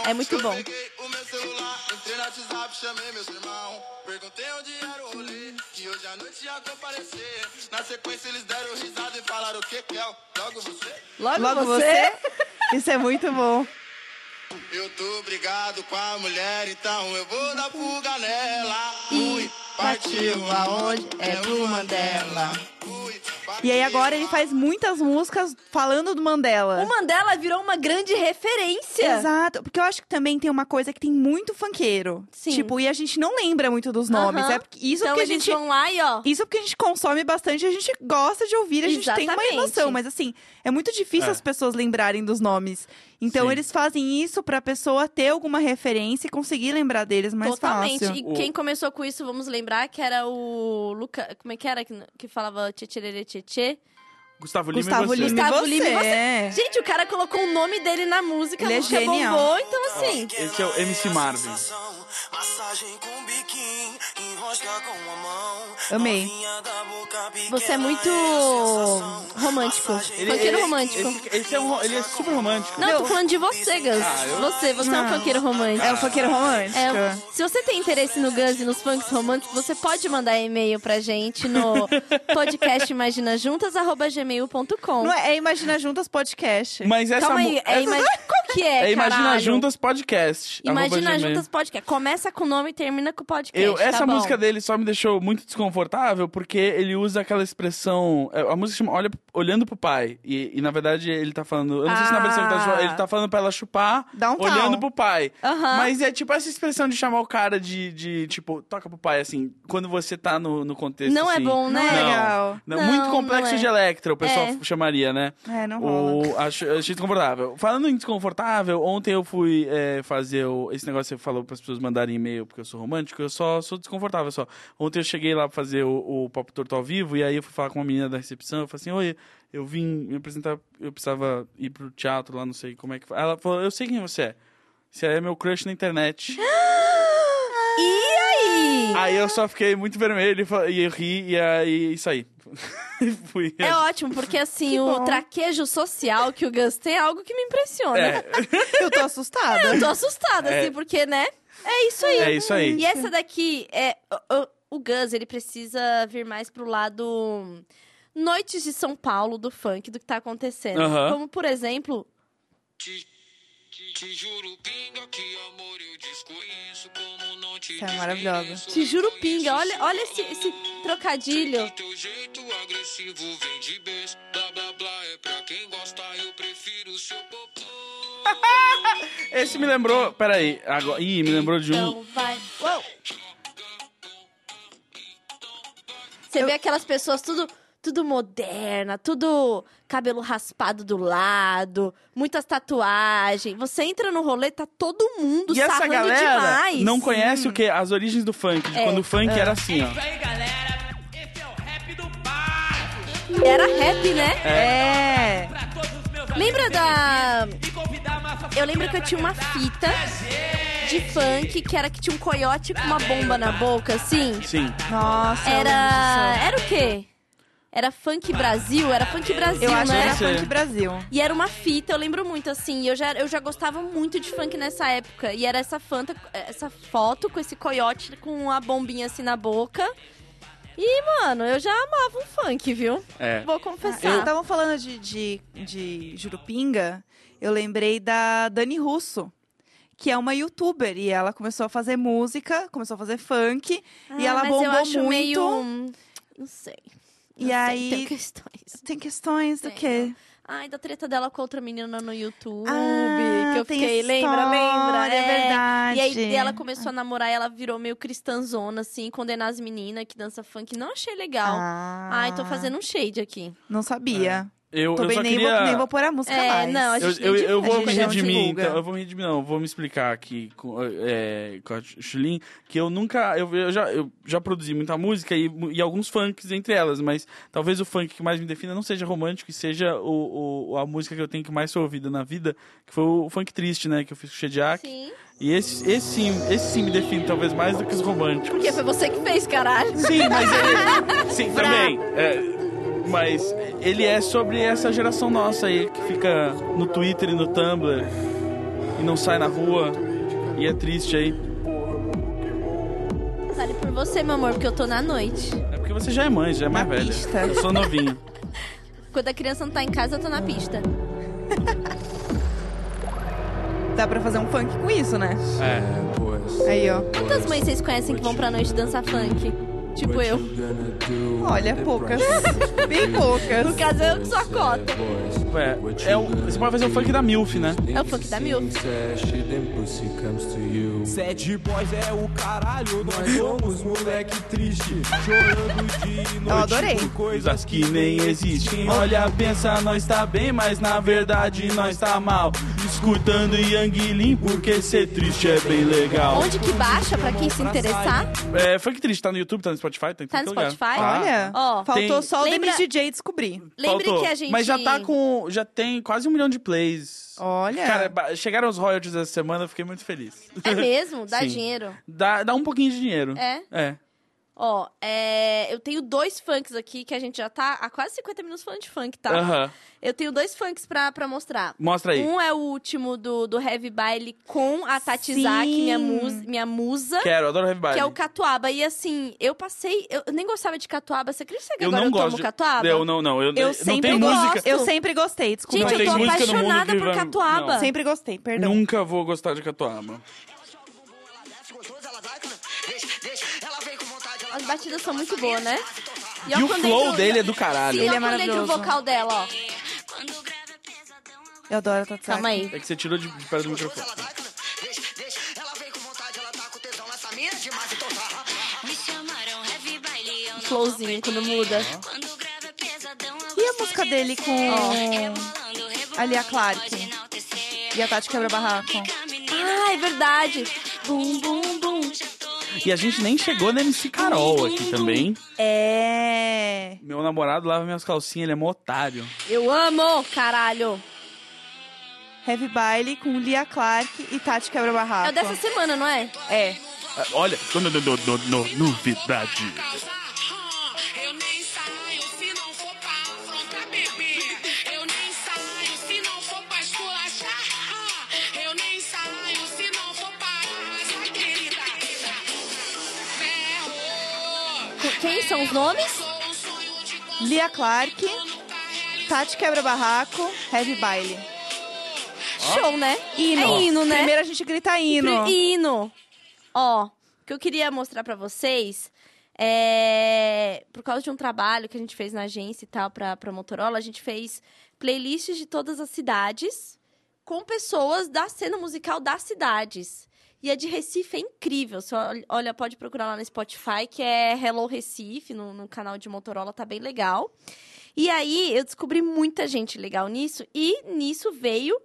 B: É muito bom.
G: é
A: Logo, Isso é muito bom.
G: Eu tô brigado com a mulher, então eu vou dar fuga nela. Ui, partiu aonde? É pro Mandela.
A: E aí agora ele faz muitas músicas falando do Mandela.
B: O Mandela virou uma grande referência.
A: Exato, porque eu acho que também tem uma coisa que tem muito funkeiro.
B: Sim.
A: Tipo, e a gente não lembra muito dos nomes.
B: Aham.
A: É porque- isso
B: Então
A: porque a
B: eles
A: gente.
B: vão lá e, ó.
A: Isso porque a gente consome bastante, a gente gosta de ouvir, a gente tem
B: Exatamente.
A: uma noção. Mas assim, é muito difícil
B: É.
A: as pessoas lembrarem dos nomes. Então
B: Sim.
A: eles fazem isso pra pessoa ter alguma referência e conseguir lembrar deles mais
B: Totalmente.
A: fácil.
B: E quem começou com isso, vamos lembrar, que era o Luca. Como é que era? Que, que falava tchê tchê
C: Gustavo,
A: Gustavo
C: Lima e você.
A: Lima e Gustavo
B: Lima,
A: é.
B: você. Gente, o cara colocou o nome dele na música,
A: Ele
B: a
A: é
B: música
A: genial.
B: bombou, então assim.
C: Esse é o MC Marvin.
A: Amei.
B: Você é muito romântico. Funkeiro romântico.
C: Esse, esse é um, ro- ele é super romântico.
B: Não, eu tô falando de você, Gans.
C: Ah, eu-
B: Você, você é um
C: Ah.
B: funkeiro romântico.
C: É um funkeiro romântico.
B: É, se você tem interesse no Guns e nos funks românticos, você pode mandar e-mail pra gente no podcastimagina.juntas@gmail.com.
A: Não é, é Imagina Juntas Podcast.
C: Mas essa
B: Calma aí,
C: mu-
B: é
C: essa-
B: imagi... qual que é,
C: É Imagina
B: caralho?
C: Juntas Podcast.
B: Imagina
C: arroba gmail.
B: Juntas Podcast. Começa com o nome e termina com o podcast.
C: Eu,
B: tá
C: essa
B: bom.
C: música dele só me deixou muito desconfortável porque ele usa aquela expressão. é, A música chama Olha, Olhando pro Pai. E, e, na verdade ele tá falando. Eu não sei se na versão que tá
A: Ah.
C: chupando, ele tá falando pra ela chupar,
A: Dá um
C: olhando
A: pau.
C: pro pai.
A: Aham.
C: Mas é tipo essa expressão de chamar o cara de, de, tipo, toca pro pai, assim, quando você tá no, no contexto.
B: Não é
C: assim.
B: bom, né?
C: Não.
B: Legal.
C: Não,
B: Não,
C: muito
B: não
C: complexo
B: é.
C: de Electra, o pessoal
B: É.
C: chamaria, né?
A: É, não rola.
C: O, acho, eu achei desconfortável. Falando em desconfortável, ontem eu fui é, fazer o- esse negócio que você falou para as pessoas mandarem e-mail porque eu sou romântico, eu só sou desconfortável só. Ontem eu cheguei lá pra fazer o, o Papo Torto ao vivo e aí eu fui falar com uma menina da recepção, eu falei assim, oi, eu vim me apresentar, eu precisava ir pro teatro lá, não sei como é que... fa-". Ela falou, eu sei quem você é. Você é meu crush na internet.
B: E aí?
C: aí eu só fiquei muito vermelho e fa- e eu ri e aí e saí. E fui.
B: É ótimo, porque assim,
C: Que
B: o
C: bom.
B: traquejo social que o Gus tem é algo que me impressiona. né?
C: É.
A: Eu tô assustada.
B: Eu tô assustada,
C: É.
B: assim, porque, né? É isso aí.
C: É isso aí.
B: E essa daqui é. o- o- O Gus, ele precisa vir mais pro lado. Noites de São Paulo do funk, do que tá acontecendo.
G: Aham.
B: Como, por exemplo.
A: Essa é maravilhosa.
B: Te juro pinga, olha, olha esse, esse trocadilho.
C: Esse me lembrou. Peraí, agora. Ih, me lembrou de um.
B: Então vai. Uou! Você vê aquelas pessoas tudo, tudo moderna, tudo cabelo raspado do lado, muitas tatuagens. Você entra no rolê, tá todo mundo
C: E essa
B: sarrando
C: galera
B: demais. Hum.
C: não conhece o que? As origens do funk, de
B: É.
C: quando o funk
B: É.
C: era assim, ó.
B: Era rap, né?
A: É.
B: Lembra da. Eu lembro que eu tinha uma fita de funk que era que tinha um coiote com uma bomba na boca, assim.
C: Sim.
A: Nossa. eu lembro
B: Era.
A: disso.
B: Era o quê? Era funk Brasil? Era funk Brasil,
A: Eu
B: né?
A: acho que era funk Brasil.
B: E era uma fita, eu lembro muito, assim. e Eu já, eu já gostava muito de funk nessa época. E era essa, fanta, essa foto com esse coiote com a bombinha assim na boca. E, mano, eu já amava um funk, viu?
C: É.
B: Vou confessar.
A: Vocês Tipo assim, estavam falando de, de, de Jurupinga, eu lembrei da Dani Russo, que é uma youtuber, e ela começou a fazer música, começou a fazer funk, e
B: Ah,
A: ela
B: mas
A: bombou
B: eu acho
A: muito.
B: meio... Não sei.
A: E aí.
B: Tem questões.
A: Tem questões do quê?
B: Ai, da treta dela com outra menina no YouTube.
A: Ah,
B: que eu
A: tem
B: fiquei, lembra, lembra?
A: história, é
B: E aí
A: verdade.
B: ela começou a namorar e ela virou meio cristãzona, assim, condenar as meninas que dança funk. Não achei legal.
A: Ah.
B: Ai, tô fazendo um shade aqui.
A: Não sabia.
C: Eu, É. eu
A: Também
C: só
A: nem,
C: queria...
A: vou, nem vou pôr a música
B: É,
A: mais.
B: não, a
C: Eu,
B: gente
C: eu,
B: nem
C: eu
B: divulga,
C: vou me
B: a gente não
C: redimir,
B: divulga.
C: então. Eu vou me redimir, não. eu Vou me explicar aqui com, é, com a Chulin, que eu nunca. Eu, eu já, eu já produzi muita música e, e alguns funks entre elas, mas talvez o funk que mais me defina não seja romântico e seja o, o- a música que eu tenho que mais ser ouvida na vida, que foi o funk triste, né? Que eu fiz com o Shediac.
B: Sim.
C: E esse, esse, sim- esse sim me define talvez mais do que os românticos.
B: Porque foi você que fez, caralho.
C: Sim, mas ele. Sim, também. é, mas ele é sobre essa geração nossa aí que fica no Twitter e no Tumblr e não sai na rua e é triste aí.
B: Sale por você, meu amor, porque eu tô na noite.
C: É porque você já é mãe, já é mais velha. Eu sou novinho.
B: Quando a criança não tá em casa, eu tô na pista.
A: Dá pra fazer um funk com isso, né?
C: É,
A: pois. Aí, ó.
B: Quantas mães vocês conhecem que vão pra noite dançar funk? Tipo eu.
A: Olha, poucas. Bem poucas.
B: No caso, eu que sou a cota.
C: É, é o- você pode fazer o funk da MILF, né?
B: É o funk da Milf.
K: Sad boys é o caralho, nós somos moleque triste, chorando de noite.
C: Eu adorei.
K: por
C: Coisas que nem existem. Olha, pensa, nós tá bem, mas na verdade nós tá mal. Escutando Yang Lin, porque ser triste é bem legal.
B: Onde que baixa pra quem se interessar?
C: É, funk triste, tá no YouTube, tá no Spotify, tá em
B: Tá
C: todo
B: no
C: lugar.
B: Spotify?
C: Tá.
A: Olha,
B: Ó,
A: faltou
C: Tem-
A: só o
B: Lembra-
A: Demis DJ descobrir.
B: Lembre
C: Faltou.
B: que a gente.
C: Mas já tá com. Já tem quase um milhão de plays.
A: Olha.
C: Cara, ba- chegaram os royalties essa semana, eu fiquei muito feliz.
B: É mesmo? Dá
C: Sim.
B: dinheiro.
C: Dá, dá um pouquinho de dinheiro.
B: É?
C: É.
B: Ó, é, eu tenho dois funks aqui que a gente já tá há quase 50 minutos falando de funk, tá?
C: Aham.
B: Eu tenho dois funks pra, pra mostrar.
C: Mostra aí.
B: Um é o último do, do Heavy Baile com a Tatizaki,
A: Sim.
B: minha, mus, minha musa.
C: Quero, adoro Heavy Baile.
B: Que é o Catuaba. E assim, eu passei. Eu nem gostava de Catuaba. Você acredita que
C: Eu
B: agora
C: não
B: eu
C: gosto.
B: tomo
C: de-
B: Catuaba?
C: Eu não, não. Eu,
A: Eu
C: não
A: sempre
C: tem
A: gosto.
C: música.
A: Eu sempre gostei, desculpa.
B: Gente,
C: Não
B: eu
C: tem
B: tô
C: música no mundo
B: apaixonada
C: que
B: por
C: vai-
B: Catuaba.
C: não.
A: Sempre gostei, perdão.
C: Nunca vou gostar de Catuaba.
B: As batidas são muito boas, né?
C: E o flow dele é do caralho.
B: Ele
A: Ele
B: é
A: é
B: maravilhoso. o
A: maravilhoso.
B: vocal dela, ó.
A: Eu adoro a Tatsaki.
B: Calma aí.
C: É que você tirou de, de perto do microfone.
D: Me chamaram heavy baile, eu
B: O
D: não
B: flowzinho quando muda.
D: quando grava é pesadão. eu
A: E a música dele com
D: É
A: É, a Lia Clark? E a Tati Quebra Barraco?
B: Ah, é verdade. Bum, bum, bum.
C: E a gente nem chegou na MC Carol aqui também.
A: É.
C: Meu namorado lava minhas calcinhas, ele é mó otário.
B: Eu amo, caralho.
A: Heavy Baile com Lia Clark e Tati Quebra Barraco.
B: É o dessa semana, não é?
A: É.
C: Ah, Olha, no- no- no- no- no- novidade.
G: Eu nem saio se não for pra afrontar bebê. Eu nem saio se não for pra esculachar. Ah, Eu nem saio se não for pra arrasar, querida. Ferro.
B: Co- Quem são os nomes?
A: Lia Clark, Tati Quebra Barraco, Heavy Baile.
B: Show, né?
A: Hino.
B: É hino, né?
A: Primeiro a gente grita hino.
B: Pri- Hino. Ó, o que eu queria mostrar pra vocês é. Por causa de um trabalho que a gente fez na agência e tal, pra, pra Motorola, a gente fez playlists de todas as cidades com pessoas da cena musical das cidades. E a de Recife é incrível. Você ol- olha, pode procurar lá no Spotify, que é Hello Recife, no, no canal de Motorola, tá bem legal. E aí eu descobri muita gente legal nisso, e nisso veio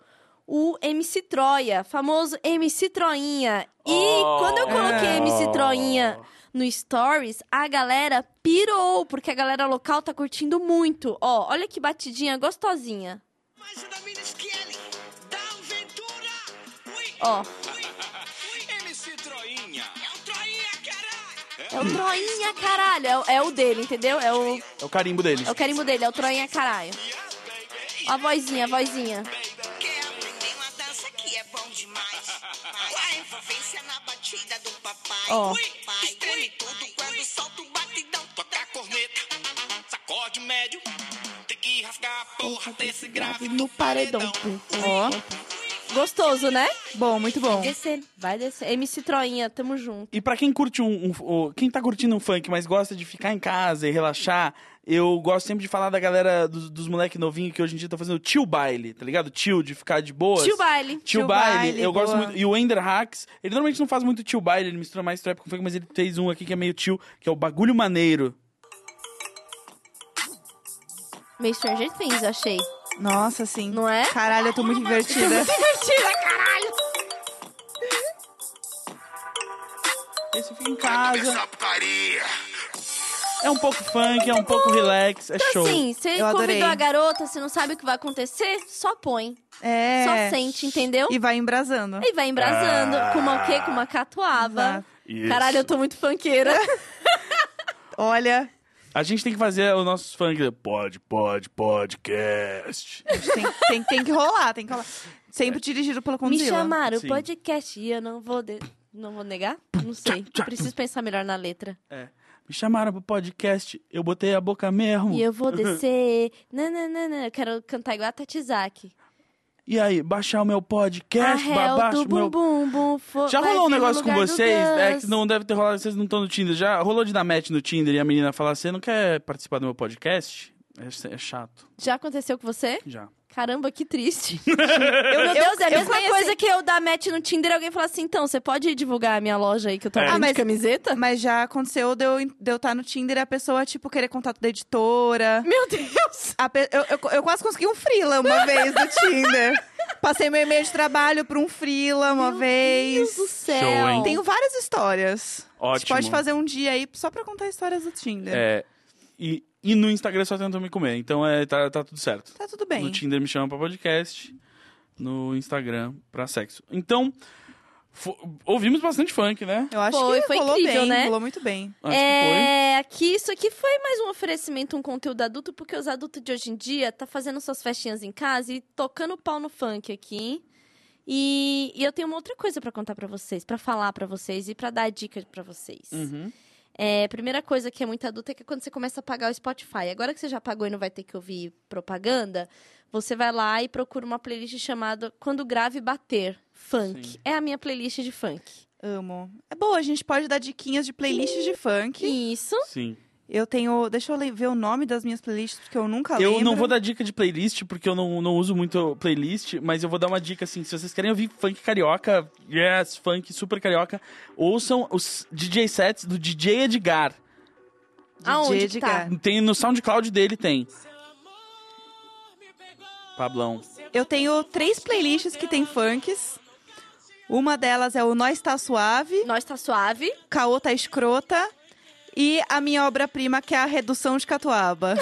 B: o MC Troia, famoso MC Troinha. E quando eu coloquei
C: é.
B: MC Troinha no Stories, a galera pirou, porque a galera local tá curtindo muito. Ó, olha que batidinha gostosinha.
L: um
B: Ó,
F: MC Troinha.
B: é o Troinha, caralho. É, o- é o dele, entendeu? É o,
C: É o carimbo dele.
B: é o carimbo dele, é o Troinha, caralho. Ó a vozinha, a vozinha.
L: Tem uma dança que é bom demais. Com a envolvência na batida do papai.
B: Ó.
L: Pai, treme tudo quando solta o batidão.
F: Toca a corneta, sacode o médio. Tem que rasgar a porra desse grave.
B: No paredão. Ó. Gostoso, né?
A: Bom, muito bom.
B: Vai descer, vai descer. MC Troinha, tamo junto.
C: E pra quem curte um, um- o- Quem tá curtindo um funk, mas gosta de ficar em casa e relaxar, eu gosto sempre de falar da galera dos, dos moleque novinho que hoje em dia tá fazendo chill baile, tá ligado? Chill, de ficar de boas.
B: Chill baile.
C: Chill
B: Chill
C: baile,
B: baile,
C: eu gosto
B: boa.
C: muito. E o Ender Hacks, ele normalmente não faz muito chill baile, ele mistura mais trap com funk, mas ele fez um aqui que é meio chill, que é o Bagulho Maneiro.
B: Meio Stranger Things, eu achei.
A: Nossa, sim.
B: Não é?
A: Caralho, eu tô muito
C: Né?
A: divertida.
B: divertida, caralho!
C: Esse fica em casa. É um pouco funk, é um pouco relax, é
B: Então,
C: show.
B: assim, você convidou a garota, você não sabe o que vai acontecer, só põe.
A: É.
B: Só sente, entendeu?
A: E vai embrasando.
B: E vai embrasando.
A: Ah.
B: Com uma o quê? Com uma catuaba.
C: Isso.
B: Caralho, eu tô muito funkeira.
A: Olha.
C: A gente tem que fazer o nosso funk. Pode, pode, podcast.
A: Tem, tem, tem que rolar, tem que rolar. Sempre dirigido pelo
B: Me
A: Condzilla.
B: chamaram
C: Sim.
B: podcast e eu não vou, de- não vou negar? Não sei. Eu preciso pensar melhor na letra.
C: É. Me chamaram pro podcast, eu botei a boca mesmo.
B: E eu vou descer. Não, não, não, não. Eu quero cantar igual a Tatizaki.
C: E aí, baixar o meu
B: É,
C: podcast,
B: Arrel
C: babaixo
B: do
C: o meu.
B: bumbum, bum, fo-
C: Já
B: vai
C: rolou um
B: vir no
C: negócio com
B: lugar do
C: vocês? É
B: Gus.
C: que não deve ter rolado, vocês não estão no Tinder. Já rolou de dar match no Tinder e a menina falar: Você não quer participar do meu podcast? É, é chato.
B: Já aconteceu com você?
C: Já.
B: Caramba, que triste. eu, meu Deus, é a
A: eu assim.
B: mesma
A: conheci-
B: coisa que eu dar match no Tinder e alguém falar assim, então, você pode divulgar a minha loja aí que eu tô
A: Ah,
B: ah,
A: mas-
B: de camiseta?
A: Mas já aconteceu de eu, de eu estar no Tinder e a pessoa, tipo, querer contato da editora.
B: Meu Deus!
A: eu, eu- eu quase consegui um freela uma vez do Tinder. Passei meu e-mail de trabalho pra um freela uma vez.
B: Meu Deus do céu!
C: Show, hein?
A: Tenho várias histórias. A gente
C: Ótimo.
A: pode fazer um dia aí só pra contar histórias do Tinder.
C: É. E, e no Instagram só tentam me comer, então é, tá, tá tudo certo.
A: Tá tudo bem.
C: No Tinder me chama pra podcast, no Instagram pra sexo. Então, fo- ouvimos bastante funk, né?
A: Eu acho
B: Foi,
A: que
B: foi
A: rolou
B: incrível,
A: bem,
B: né?
A: rolou muito bem.
C: Acho
B: é, aqui isso aqui foi mais um oferecimento, um conteúdo adulto, porque os adultos de hoje em dia tá fazendo suas festinhas em casa e tocando pau no funk aqui. hein? E, e eu tenho uma outra coisa pra contar pra vocês, pra falar pra vocês e pra dar dicas pra vocês.
C: Uhum.
B: É, primeira coisa que é muito adulta é que é quando você começa a pagar o Spotify. Agora que você já pagou e não vai ter que ouvir propaganda, você vai lá e procura uma playlist chamada Quando Grave Bater Funk.
A: Sim.
B: É a minha playlist de funk.
A: Amo. É boa, a gente pode dar diquinhas de playlists de funk.
B: Isso.
C: Sim.
A: Eu tenho. Deixa eu le- ver o nome das minhas playlists, porque eu nunca
C: eu
A: lembro.
C: não vou dar dica de playlist, porque eu não, não uso muito playlist, mas eu vou dar uma dica assim: se vocês querem ouvir funk carioca, yes, funk super carioca, ouçam os DJ sets do DJ Edgar.
B: Aonde que tá?
C: Tem no SoundCloud dele, tem. Pablão.
A: Eu tenho três playlists que tem funks. Uma delas é o Nós Tá Suave.
B: Nós Tá Suave.
A: Caô Tá Escrota. E a minha obra-prima, que é a Redução de Catuaba.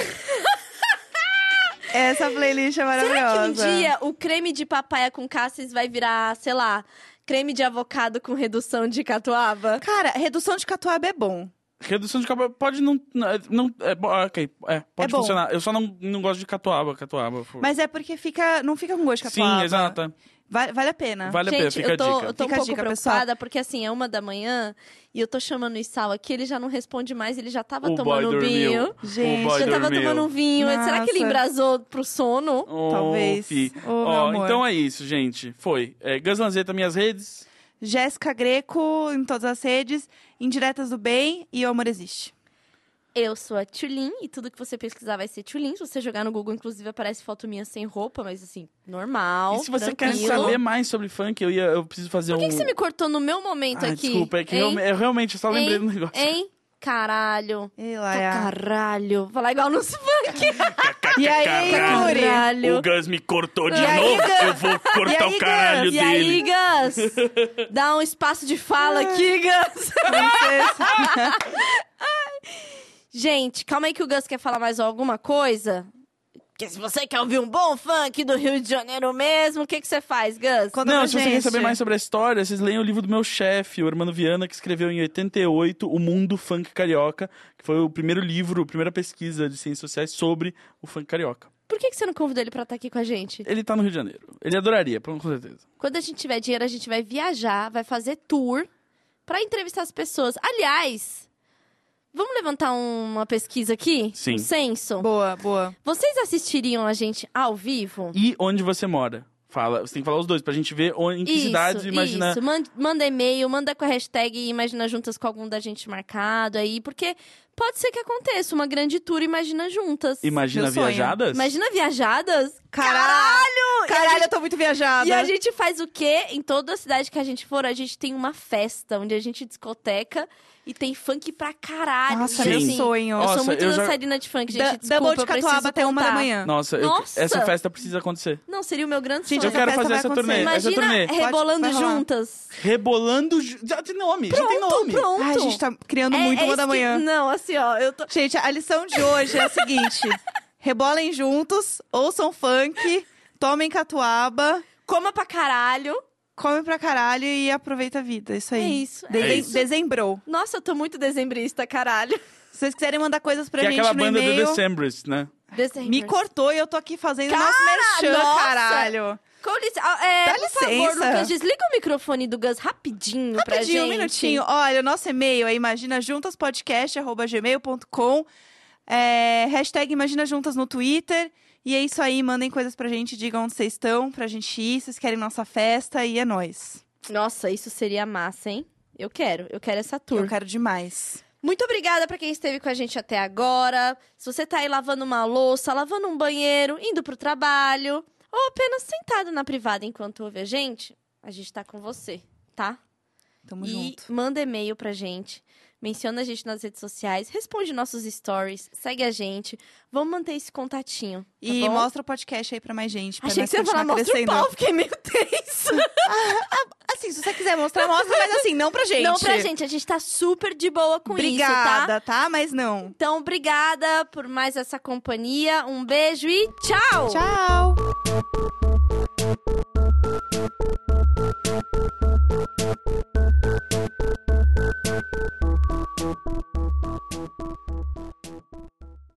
A: Essa playlist é
B: Será
A: maravilhosa.
B: que um dia o creme de papaya com cassis vai virar, sei lá, creme de avocado com redução de catuaba?
A: Cara, redução de catuaba é bom.
C: Redução de cabo pode não. não é, bo- ok, é, pode
A: É bom.
C: funcionar. Eu só não, não gosto de catuaba, catuaba. por-
A: Mas é porque fica, não fica com gosto de
C: Sim,
A: catuaba.
C: exata.
A: Vale, vale a pena.
C: Vale a pena,
B: Gente,
C: fica
B: eu tô,
C: a dica.
B: eu tô um
A: Fica a
B: pouco
A: dica, pessoal.
B: preocupada, porque assim, é uma da manhã e eu tô chamando o Isal aqui, ele já não responde mais, ele já tava
C: O boy
B: tomando um
C: dormiu.
B: vinho.
C: O Gente. boy
B: já tava
C: dormiu.
B: tomando um vinho. Será que ele
A: Nossa.
B: embrasou pro sono?
C: Ô,
A: Talvez.
C: fi.
A: Ô,
C: Ó,
A: meu amor.
C: então é isso, gente. Foi. É, Gus Lanzetta, minhas redes.
A: Jéssica Greco, em todas as redes. Indiretas do Bem e O Amor Existe.
B: Eu sou a Tulin e tudo que você pesquisar vai ser Tulin. Se você jogar no Google, inclusive, aparece foto minha sem roupa, mas assim, normal.
C: E se você
B: tranquilo.
C: quer saber mais sobre funk, eu, ia, eu preciso fazer
B: Por que,
C: um.
B: que você me cortou no meu momento
C: Ah,
B: aqui?
C: Desculpa, é que
B: hein?
C: eu, eu realmente só lembrei
B: hein?
C: do negócio.
B: Hein? Caralho.
A: E,
B: Caralho. Falar igual nos funk.
A: e
B: Tá
A: aí,
B: Caralho.
A: Yuri?
C: O Gus me cortou de
B: E aí,
C: novo.
B: Gus?
C: Eu vou cortar
B: E aí,
C: o caralho
B: Gus? E aí,
C: dele.
B: Gus? Dá um espaço de fala aqui, Gus. Gente, calma aí que o Gus quer falar mais alguma coisa. Porque se você quer ouvir um bom funk do Rio de Janeiro mesmo, o que, que você faz, Gus?
C: Não, se você quer saber mais sobre a história, vocês leem o livro do meu chefe, o Hermano Viana, que escreveu em 88 O Mundo Funk Carioca, que foi o primeiro livro, a primeira pesquisa de ciências sociais sobre o funk carioca.
B: Por que, que você não convidou ele pra estar aqui com a gente?
C: Ele tá no Rio de Janeiro. Ele adoraria, com certeza.
B: Quando a gente tiver dinheiro, a gente vai viajar, vai fazer tour pra entrevistar as pessoas. Aliás, vamos levantar uma pesquisa aqui?
C: Sim.
B: Um censo.
A: Boa, boa.
B: Vocês assistiriam a gente ao vivo?
C: E onde você mora? Fala, você tem que falar os dois, pra gente ver onde- em que cidades
B: isso,
C: imagina.
B: Isso, manda, manda e-mail, manda com a hashtag Imagina Juntas com algum da gente marcado aí, porque pode ser que aconteça uma grande tour Imagina Juntas.
C: Imagina Meu sonho. viajadas?
B: Imagina viajadas?
A: Caralho!
B: E a
A: Caralho,
B: gente-
A: eu tô muito viajada.
B: E a gente faz o quê? Em toda cidade que a gente for, a gente tem uma festa, onde a gente discoteca e tem funk pra caralho.
A: Nossa,
B: E,
A: meu
B: assim,
A: sonho.
B: Eu
C: Nossa,
B: sou muito
C: eu já-
B: dançarina de funk, gente.
A: Da-
B: desculpa,
A: Double de
B: eu preciso
A: Catuaba até uma da
B: contar.
A: manhã.
C: Nossa, eu-
B: Nossa!
C: essa festa precisa acontecer.
B: Não, seria o meu grande
A: Gente,
B: sonho.
C: eu quero fazer É, essa turnê. essa
B: Imagina é-
C: turnê.
B: rebolando
A: vai rolar.
B: juntas.
C: Rebolando. ju- Já tem nome, já tem nome.
B: pronto.
A: Ai, a gente tá criando
B: É-
A: muito
B: é
A: uma da
B: isso que-
A: manhã.
B: Não, assim, ó, eu tô.
A: Gente, a lição de hoje é a seguinte: rebolem juntos, ouçam funk, tomem catuaba,
B: Coma pra caralho.
A: comem pra caralho e aproveita a vida. Isso aí.
B: É isso, é
A: Dezem-
B: isso.
A: Dezembrou.
B: Nossa, eu tô muito dezembrista, caralho.
A: Se vocês quiserem mandar coisas pra
C: Que é
A: gente
C: aquela
A: no
C: banda do
A: e-mail,
C: Decembris, né?
A: me cortou e eu tô aqui fazendo
B: Cara,
A: nosso merchan,
B: nossa!
A: caralho.
B: Com licença. Ah, é,
A: Dá
B: por favor,
A: licença.
B: Lucas, desliga o microfone do Gus rapidinho, pra gente.
A: Rapidinho, um minutinho. Olha, o nosso e-mail é imaginajuntaspodcast.gmail.com é, Hashtag Imagina Juntas no Twitter. E é isso aí, mandem coisas pra gente, digam onde vocês estão, pra gente ir, vocês querem nossa festa e é nóis.
B: Nossa, isso seria massa, hein? Eu quero, eu quero essa tour.
A: Eu quero demais.
B: Muito obrigada pra quem esteve com a gente até agora. Se você tá aí lavando uma louça, lavando um banheiro, indo pro trabalho, ou apenas sentado na privada enquanto ouve a gente, a gente tá com você, tá?
A: Tamo
B: e tá
A: junto.
B: manda e-mail pra gente. Menciona a gente nas redes sociais, responde nossos stories, segue a gente. Vamos manter esse contatinho. tá
A: E
B: bom?
A: mostra o podcast aí pra mais gente. Pra
B: Achei que
A: nós
B: você ia falar
A: continuar
B: mostra o
A: crescendo.
B: pau, fiquei meio tenso.
A: Assim, se você quiser mostrar, mostra, mas assim, não pra gente.
B: Não pra gente, a gente tá super de boa com isso, tá?
A: Obrigada, tá? Mas não.
B: Então, obrigada por mais essa companhia. Um beijo e tchau!
A: Tchau!